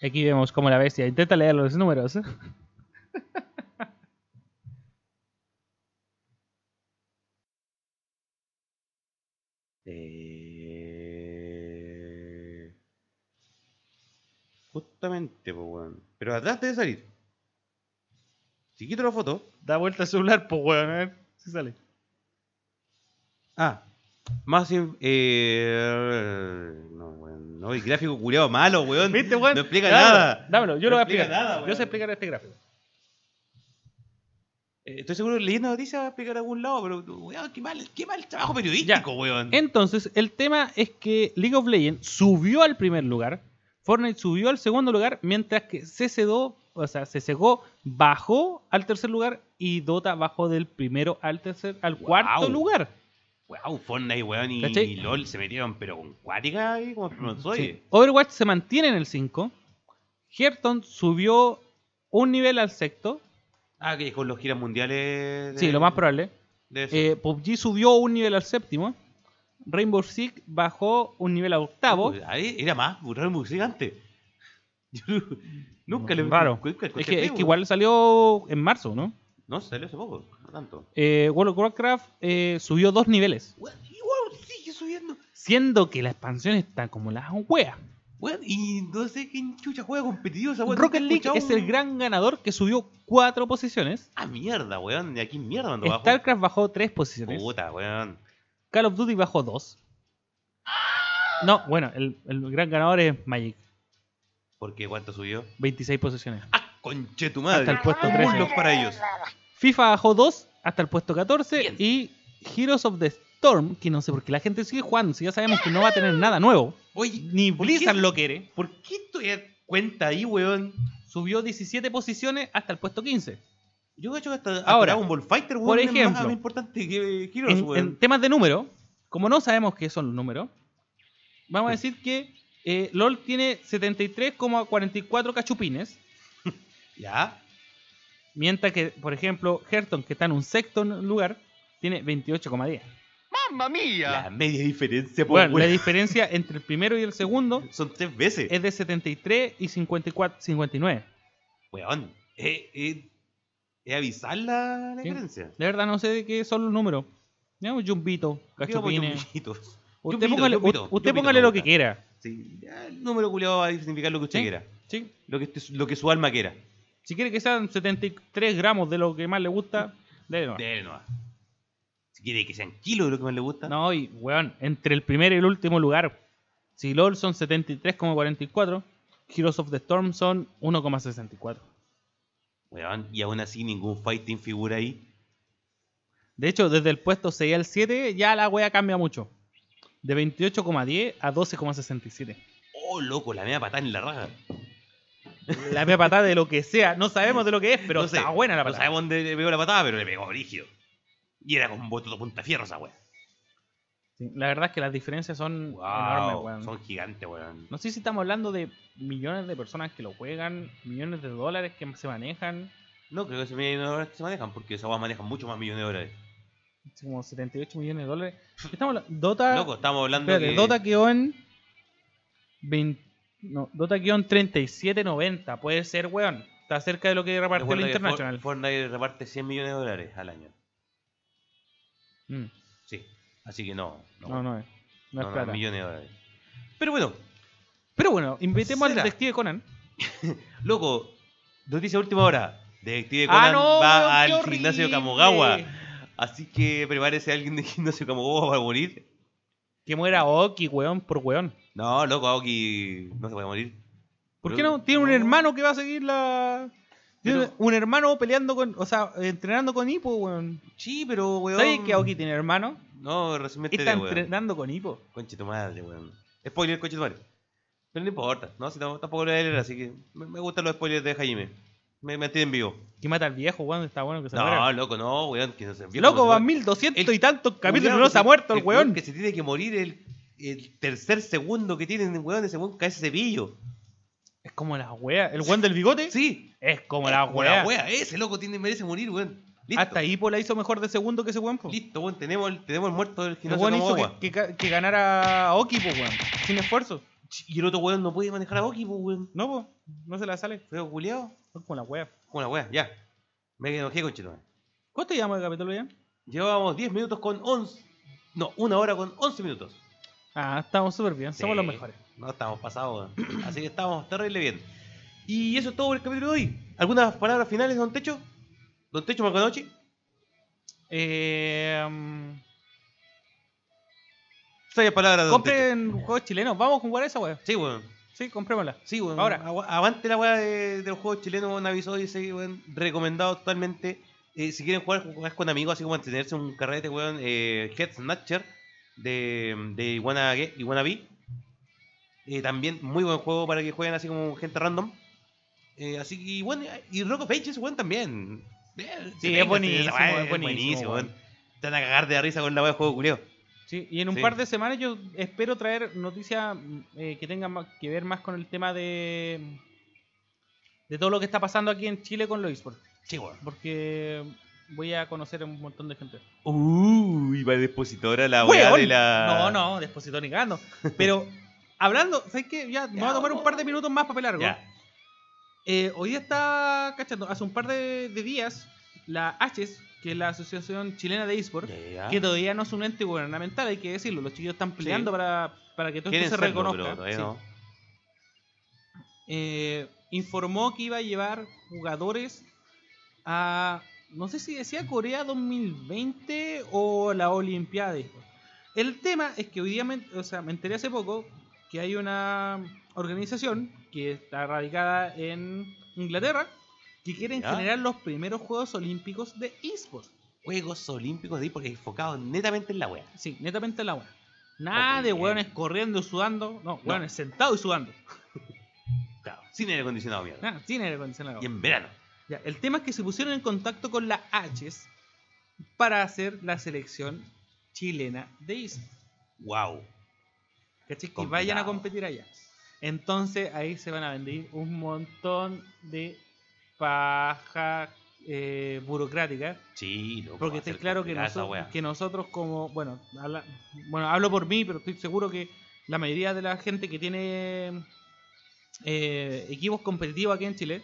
S3: Y Aquí vemos como la bestia intenta leer los números. ¿eh?
S2: Eh... Justamente, pues, weón. Pero atrás debe salir. Si quito la foto.
S3: Da vuelta al celular, pues weón, a ver si sale.
S2: Ah. Más. in- Eh... No, weón. No, el gráfico culiado malo, weón.
S3: ¿Viste, weón?
S2: No explica
S3: Dámelo,
S2: nada.
S3: Dámelo, yo
S2: No
S3: lo voy a
S2: explica
S3: explicar.
S2: nada,
S3: yo
S2: weón.
S3: sé explicar este gráfico.
S2: Eh, Estoy seguro que leyendo noticias va a explicar a algún lado, pero, weón, qué mal, qué mal trabajo periodístico, weón.
S3: Entonces, el tema es que League of Legends subió al primer lugar, Fortnite subió al segundo lugar, mientras que CCDO, o sea, CSGO bajó al tercer lugar y Dota bajó del primero al tercer al
S2: Wow.
S3: cuarto lugar.
S2: Weón, Fortnite, weón, y,
S3: ¿Cachai? Mm,
S2: y LOL se metieron, pero con cuática ahí, como espermatozoide.
S3: Sí. Overwatch se mantiene en el 5. Hearthstone subió un nivel al sexto.
S2: Ah, que con los giras mundiales. de-
S3: Sí, lo más probable.
S2: de eso.
S3: Eh, PUBG subió un nivel al séptimo. Rainbow Six bajó un nivel al octavo.
S2: Uy, Pues, ahí Era más burrón musicante. Yo nunca le
S3: Raro.
S2: nunca
S3: Es
S2: escuché
S3: que, es
S2: Facebook.
S3: que igual salió en marzo, ¿no?
S2: No, salió hace poco, no tanto.
S3: eh, World of Warcraft eh, subió dos niveles.
S2: Weón, igual sigue subiendo.
S3: Siendo que la expansión está como las weas.
S2: Weón, y no sé quién chucha juega competitivo esa weón.
S3: Rocket
S2: Nunca he
S3: League
S2: escuchado
S3: es el
S2: un-
S3: gran ganador que subió cuatro posiciones.
S2: Ah, mierda, weón. ¿De aquí mierda cuando bajo?
S3: StarCraft bajó tres posiciones.
S2: Puta, weón.
S3: Call of Duty bajó dos. No, bueno, el, el gran ganador es Magic.
S2: ¿Por qué cuánto subió?
S3: 26 posiciones.
S2: ¡Ah, conche tu madre!
S3: Hasta el puesto
S2: Pulos
S3: 13.
S2: para ellos.
S3: FIFA bajó dos hasta el puesto 14.
S2: Bien.
S3: Y Heroes of the Storm, que no sé por qué la gente sigue jugando. Si ya sabemos que no va a tener nada nuevo.
S2: Oye,
S3: Ni
S2: ¿por qué-
S3: Blizzard lo quiere.
S2: ¿Por qué todavía cuenta ahí, weón?
S3: Subió 17 posiciones hasta el puesto 15.
S2: Yo cacho que hasta, hasta
S3: Ahora,
S2: Dragon Ball Fighter, weón,
S3: por
S2: es
S3: ejemplo,
S2: más, más importante que Heroes,
S3: en,
S2: weón.
S3: en temas de número, como no sabemos qué son los números, vamos a decir que eh, LOL tiene 73,44 cachupines,
S2: Ya.
S3: mientras que, por ejemplo, Hearthstone, que está en un sexto lugar, tiene 28,10.
S1: Mamma mia!
S2: La media diferencia, por
S3: Bueno, la diferencia entre el primero y el segundo
S2: Son tres veces.
S3: es de 73 y 54, 59.
S2: Weón. Es avisar la, la
S3: Sí.
S2: diferencia.
S3: De verdad, no sé de qué son los números. Digamos, Jumbito, cachupines. Usted
S2: pues, Yumbito,
S3: póngale,
S2: yumbito,
S3: usted
S2: yumbito
S3: póngale
S2: me
S3: lo que
S2: gusta.
S3: quiera.
S2: Sí. ya, El número culiado va a significar lo que usted
S3: Sí.
S2: quiera.
S3: ¿sí?
S2: Lo que, usted- lo que su alma quiera.
S3: Si quiere que sean 73 gramos de lo que más le gusta, dele nomás.
S2: Dele nomás. Si quiere que sean kilos de lo que más le gusta.
S3: No, y weón, entre el primer y el último lugar, si LOL son 73,44, Heroes of the Storm son 1,64.
S2: Weón. Y aún así ningún fighting figura ahí.
S3: De hecho, desde el puesto 6 al 7 ya la wea cambia mucho. de 28,10 a 12,67.
S2: Oh, loco, la media patada en la raja.
S3: La media patada de lo que sea, no sabemos de lo que es, pero
S2: No sé,
S3: está buena la
S2: No
S3: patada.
S2: sabemos dónde le pegó la patada, pero le pegó brígido. Y era con bototo punta fierro esa wea.
S3: Sí, la verdad es que las diferencias son enormes,
S2: Wow,
S3: weón.
S2: son gigantes, weón.
S3: No sé si estamos hablando de millones de personas que lo juegan, millones de dólares que se manejan,
S2: No, creo que se millones de dólares se manejan, porque esas weas manejan mucho más millones de dólares.
S3: es como 78 millones de dólares. Estamos habla- Dota,
S2: Loco, estamos hablando
S3: espérate,
S2: que-
S3: Dota quedó en 20 no, Dota quedó en 37.90, puede ser, weón. Está cerca de lo que reparte el
S2: Recuerda que For-
S3: International.
S2: Fortnite reparte 100 millones de dólares al año.
S3: Mm,
S2: Sí. Así que no. No,
S3: no, no es. No es
S2: no,
S3: plata.
S2: millones de dólares. Pero bueno,
S3: Pero bueno, invitemos al
S2: ¿Será?
S3: detective Conan.
S2: loco, noticia de última hora. Detective
S3: Ah,
S2: Conan
S3: no,
S2: va al
S3: weón, qué
S2: gimnasio
S3: horrible.
S2: Kamogawa. Así que prepárese alguien del gimnasio Kamogawa para morir.
S3: Que muera Oki, weón, por weón.
S2: No, loco, Aoki no se puede morir.
S3: ¿Por
S2: Pero-
S3: qué no? Tiene un
S2: no.
S3: hermano que va a seguir la. Tiene
S2: Pero-
S3: un hermano peleando con. O sea, entrenando con Hippo, weón.
S2: Sí, pero weón.
S3: ¿Sabes que Aoki tiene hermano?
S2: No, recientemente
S3: Está
S2: weón.
S3: entrenando con Hippo.
S2: Conche tu madre, weón. Spoiler, conche tu madre. Pero no importa, no, si tam- tampoco lo voy a leer, así que me, me gustan los spoilers de Jaime. Me mantienen vivo.
S3: Que mata al viejo, weón. Está bueno que se
S2: No,
S3: muera.
S2: loco, no, weón, que no se viejo,
S3: Loco,
S2: no se
S3: van
S2: muere.
S3: 1200
S2: El
S3: y tantos capítulos y no
S2: Culeado,
S3: se ha muerto el weón.
S2: Que se tiene que morir el, el tercer segundo que tienen, weón, ese weón cae ese cepillo.
S3: Es como la wea. ¿El weón del bigote?
S2: Sí.
S3: Es como la
S2: Como la
S3: wea.
S2: wea, ese loco tiene, merece morir, weón. Listo.
S3: Hasta Hippo la hizo mejor de segundo que ese weón, po.
S2: Listo, weón, tenemos el, tenemos el muerto del
S3: El
S2: gimnasio
S3: weón hizo
S2: Kamaoka.
S3: que, que- que ganara Aoki, po, weón. Sin esfuerzo.
S2: Y el otro weón no puede manejar a Oki, pues, weón.
S3: No, po. No se la sale.
S2: Feo culiao.
S3: Es como la wea.
S2: Como la wea, ya. Me enojé con
S3: ¿Cuánto llevamos de capítulo ya?
S2: Llevábamos 10 minutos con 11. No, una hora con 11 minutos.
S3: Ah, estamos súper bien, somos
S2: Sí.
S3: los mejores.
S2: No, estamos pasados. weón. Así que estamos terrible bien. Y eso es todo por el capítulo de hoy. ¿Algunas palabras finales, don Techo? ¿Don Techo Malconochi?
S3: Eh, mm,
S2: Serias palabras, don Techo.
S3: compren juegos chilenos, vamos a jugar a esa weá.
S2: Sí, weón.
S3: Sí, comprémosla.
S2: Sí, weón.
S3: Ahora.
S2: Agua- Avante la weá de, de los juegos chilenos, weón. Avisó, dice, weón. Recomendado totalmente. Eh, si quieren jugar, jugar con amigos, así como mantenerse un carrete, weón. Eh, Head Snatcher de, de Iguana, Ge- Iguana B. Eh, también muy buen juego para que jueguen así como gente random. Eh, así que, y bueno, y Rock of Ages, weón, también. Eh,
S3: Sí,
S2: véngase,
S3: es buenísimo,
S2: esa weá
S3: es buenísimo, weón.
S2: Te van a cagar de la risa con la weá de juego curioso.
S3: Sí, y en un
S2: Sí.
S3: par de semanas yo espero traer noticias mm, eh, que tengan más- que ver más con el tema de de todo lo que está pasando aquí en Chile con los esports,
S2: Sí, weón.
S3: porque voy a conocer a un montón de gente.
S2: Uy, va expositora la weá
S3: ¡Weón!
S2: de la.
S3: No, no, desposito ni cagando. Pero hablando, ¿sabes qué? Ya, me voy a
S2: Ya,
S3: tomar un par de minutos más para pelar,
S2: Ya.
S3: Eh, hoy día está cachando, hace un par de, de días, la ACHES, que es la Asociación Chilena de Esports,
S2: Ya.
S3: que todavía no es un ente gubernamental, hay que decirlo, los chiquillos están peleando para, para que todo
S2: Quieren
S3: esto se
S2: serlo,
S3: reconozca.
S2: pero todavía
S3: sí.
S2: no.
S3: Eh, informó que iba a llevar jugadores a, no sé si decía Corea 2020 o la Olimpiada. de Esports. El tema es que hoy día, me, o sea, me enteré hace poco que hay una organización que está radicada en Inglaterra que quieren
S2: Ya.
S3: generar los primeros Juegos Olímpicos de esports.
S2: Juegos Olímpicos de porque enfocados netamente en la wea.
S3: Sí, netamente la buena. Nada
S2: Ok,
S3: de
S2: bien.
S3: hueones corriendo y sudando. No, hueones sentados y sudando.
S2: Claro, sin aire acondicionado, mierda.
S3: Nada, sin aire acondicionado.
S2: Y en verano.
S3: Ya, el tema es que se pusieron en contacto con la H's para hacer la selección chilena de esports.
S2: Wow.
S3: ¿Cachai? Que
S2: Complicado.
S3: vayan a competir allá. Entonces ahí se van a vender un montón de paja eh, burocrática.
S2: Sí, loco, va
S3: Porque
S2: a
S3: estáis
S2: ser
S3: claro que,
S2: complicada esa
S3: noso-
S2: wea.
S3: que nosotros como, bueno, habla- bueno, hablo por mí, pero estoy seguro que la mayoría de la gente que tiene eh, equipos competitivos aquí en Chile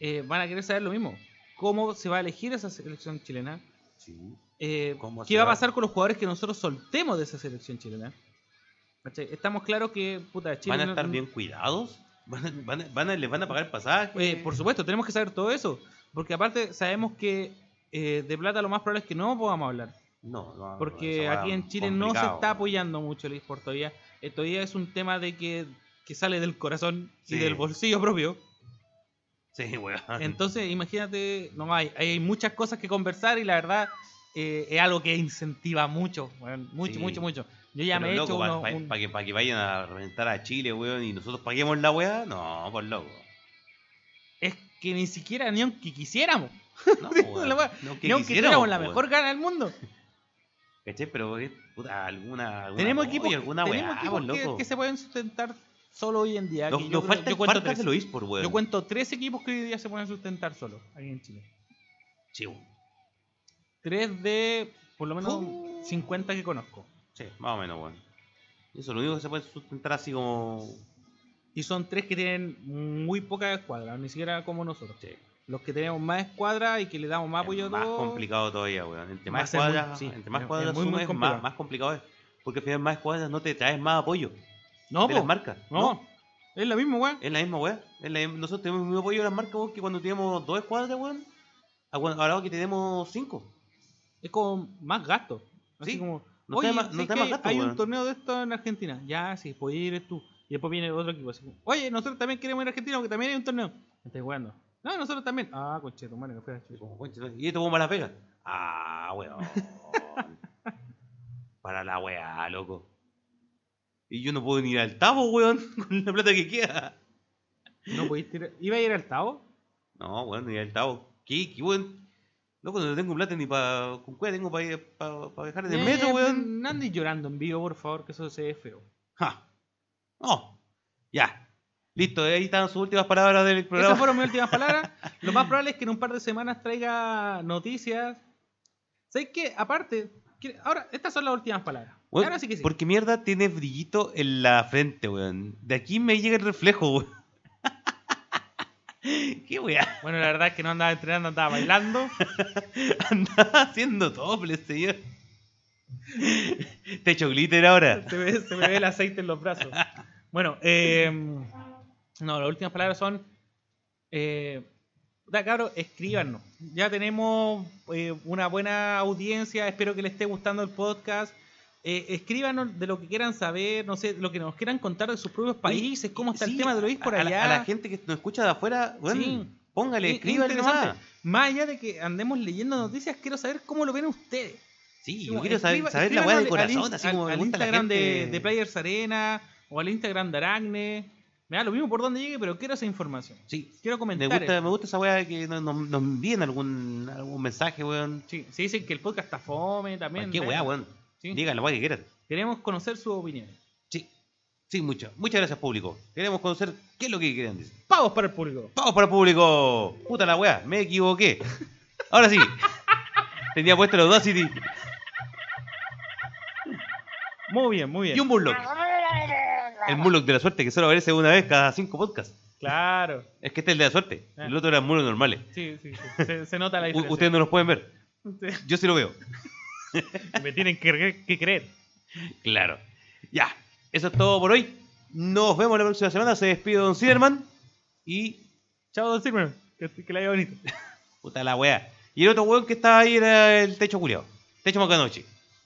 S3: eh, van a querer saber lo mismo. ¿Cómo se va a elegir esa selección chilena?
S2: Sí.
S3: Eh,
S2: ¿Cómo
S3: ¿Qué
S2: se
S3: va a
S2: va?
S3: pasar con los jugadores que nosotros soltemos de esa selección chilena? ¿Cachai? Estamos claros que, puta, Chile...
S2: ¿Van a
S3: no-
S2: estar bien cuidados? ¿Van a, van a- van a- ¿Les van a pagar el pasaje?
S3: Eh, por supuesto, tenemos que saber todo eso. Porque aparte sabemos que eh, de plata lo más probable es que no podamos hablar.
S2: No, no.
S3: Porque aquí en Chile no se está apoyando mucho el eSport todavía. Eh, todavía es un tema de que, que sale del corazón y
S2: Sí.
S3: del bolsillo propio.
S2: Sí, weón.
S3: Entonces, imagínate, no hay, hay muchas cosas que conversar y la verdad eh, es algo que incentiva mucho, weón, mucho,
S2: Sí.
S3: mucho, mucho. Yo ya
S2: Pero,
S3: me he hecho
S2: loco,
S3: uno,
S2: para
S3: un-
S2: que, pa' que vayan a reventar a Chile, weón, y nosotros paguemos la weá, no, por loco.
S3: Es que ni siquiera, ni aunque quisiéramos.
S2: No,
S3: Sí,
S2: weón.
S3: la weá.
S2: No, que
S3: Ni aunque
S2: quisiéramos,
S3: fuéramos la
S2: weón.
S3: mejor gana del mundo.
S2: ¿Cachai? Pero, eh, puta, alguna. alguna
S3: tenemos
S2: apoyo,
S3: equipos, que-
S2: alguna
S3: tenemos
S2: weá,
S3: equipos
S2: por
S3: que-
S2: loco.
S3: que, se pueden sustentar solo hoy en día.
S2: Nos-
S3: que yo
S2: nos
S3: creo-
S2: falta
S3: yo cuento
S2: falta
S3: tres.
S2: de lo eSport, weón.
S3: Yo cuento tres equipos que hoy día se pueden sustentar solo aquí en Chile.
S2: Sí, weón.
S3: Tres de por lo menos
S2: Uh.
S3: 50 que conozco.
S2: Sí, más o menos, weón. Eso es lo único que se puede sustentar así como.
S3: Y son tres que tienen muy pocas escuadras, ni siquiera como nosotros.
S2: Sí.
S3: Los que tenemos más escuadras y que le damos más
S2: es
S3: apoyo a
S2: más
S3: todo.
S2: complicado todavía, weón. Entre
S3: Va a
S2: más
S3: ser muy-
S2: cuadras,
S3: sí,
S2: entre más
S3: es-
S2: cuadras
S3: es muy, muy
S2: sumes, más-
S3: complicado.
S2: más, complicado es. Porque al final más cuadras no te traes más apoyo
S3: No,
S2: de
S3: po,
S2: las marcas. Eh.
S3: no, es lo mismo, weón.
S2: Es la misma weá. Es la misma- Nosotros tenemos el mismo apoyo de las marcas weón, que cuando teníamos dos escuadras, weón. a cuan- Ahora que tenemos cinco.
S3: Es como más gasto. Así
S2: Sí,
S3: como,
S2: no
S3: oye,
S2: te da más-
S3: ¿sabes
S2: no te da
S3: que
S2: más gasto,
S3: hay un
S2: weón?
S3: torneo de esto en Argentina. Ya, sí, puedes ir tú. Y después viene otro equipo. Así como, oye, nosotros también queremos ir a Argentina porque también hay un torneo. Estás jugando. No, nosotros también. Ah, concheto, madre, me fui a la
S2: Y
S3: chucha.
S2: como, "Concha, ¿y esto vamos a Las Vegas? Ah, weón. Para la weá, loco. Y yo no puedo ni ir al tabo, weón, con la plata que queda.
S3: No podéis tirar. ¿Iba a ir al Tao?
S2: No, weón, ni ir al tabo. ¿Qué, qué, weón? Loco, no tengo plata ni para... ¿Con cuál tengo para pa, pa dejar en el
S3: Eh,
S2: metro, weón?
S3: No andes llorando en vivo, por favor, que eso se ve feo.
S2: Ja. No. Ya. Listo, ahí están sus últimas palabras del programa.
S3: Esas fueron mis últimas palabras. Lo más probable es que en un par de semanas traiga noticias. ¿Sabes qué? Aparte, que- ahora, estas son las últimas palabras.
S2: Weón,
S3: ahora sí que sí.
S2: ¿Por qué mierda tiene brillito en la frente, weón? De aquí me llega el reflejo, weón. ¿Qué weá?
S3: Bueno, la verdad es que no andaba entrenando, andaba bailando.
S2: Andaba haciendo doble, señor. Te echo glitter ahora.
S3: se, me, se me ve el aceite en los brazos. Bueno, eh, no, las últimas palabras son. Eh, puta, cabros, escríbanos. Ya tenemos eh, una buena audiencia. Espero que les esté gustando el podcast. Eh, escríbanos de lo que quieran saber, no sé, lo que nos quieran contar de sus propios países, cómo está el
S2: Sí,
S3: tema de Luis por
S2: a- a
S3: allá.
S2: la- A la, gente que nos escucha de afuera, weón,
S3: Sí.
S2: póngale,
S3: Es- es
S2: escríbanle
S3: interesante.
S2: nomás.
S3: Más allá de que andemos leyendo noticias, quiero saber cómo lo ven ustedes.
S2: Sí,
S3: Sí,
S2: yo
S3: bueno,
S2: quiero saber,
S3: escriba-
S2: saber la weá de
S3: escríbanos al
S2: corazón,
S3: in-
S2: así
S3: al-
S2: como me
S3: al
S2: gusta la
S3: Instagram de,
S2: gente.
S3: de Players Arena o al Instagram de Aragne. Me da lo mismo por donde llegue, pero quiero esa información.
S2: Sí, me
S3: Quiero comentar.
S2: gusta, me gusta esa weá de que nos, nos, nos envíen algún, algún mensaje, weón.
S3: Sí, se dicen que el podcast está fome también.
S2: Qué weá,
S3: bueno.
S2: weón.
S3: Sí.
S2: Digan la weá que quieran.
S3: Queremos conocer sus opiniones.
S2: Sí, sí, mucho. Muchas gracias, público. Queremos conocer qué es lo que quieren decir.
S3: Pavos para el público.
S2: ¡Vamos para el público! ¡Puta la weá! Me equivoqué. Ahora sí. Tenía puesto el Audacity
S3: Muy bien, muy bien.
S2: y un Murloc. El Murloc de la suerte que solo aparece una vez cada cinco podcasts.
S3: Claro.
S2: Es que este es el de la suerte.
S3: Ah.
S2: El otro era el Murloc normales.
S3: Sí, sí, sí. Se, se nota la
S2: U-
S3: diferencia.
S2: ustedes no los pueden ver. Yo sí lo veo.
S3: Me tienen que, cre- que creer.
S2: Claro. Ya. Eso es todo por hoy. Nos vemos la próxima semana. Se despide Don Silverman. Y.
S3: Chao, Don Silverman. Que, que la haya bonito.
S2: Puta la weá. Y el otro weón que estaba ahí era el techo culiao. Techo Macanoche.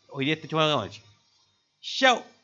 S2: Hoy día es techo Macanoche. Chao.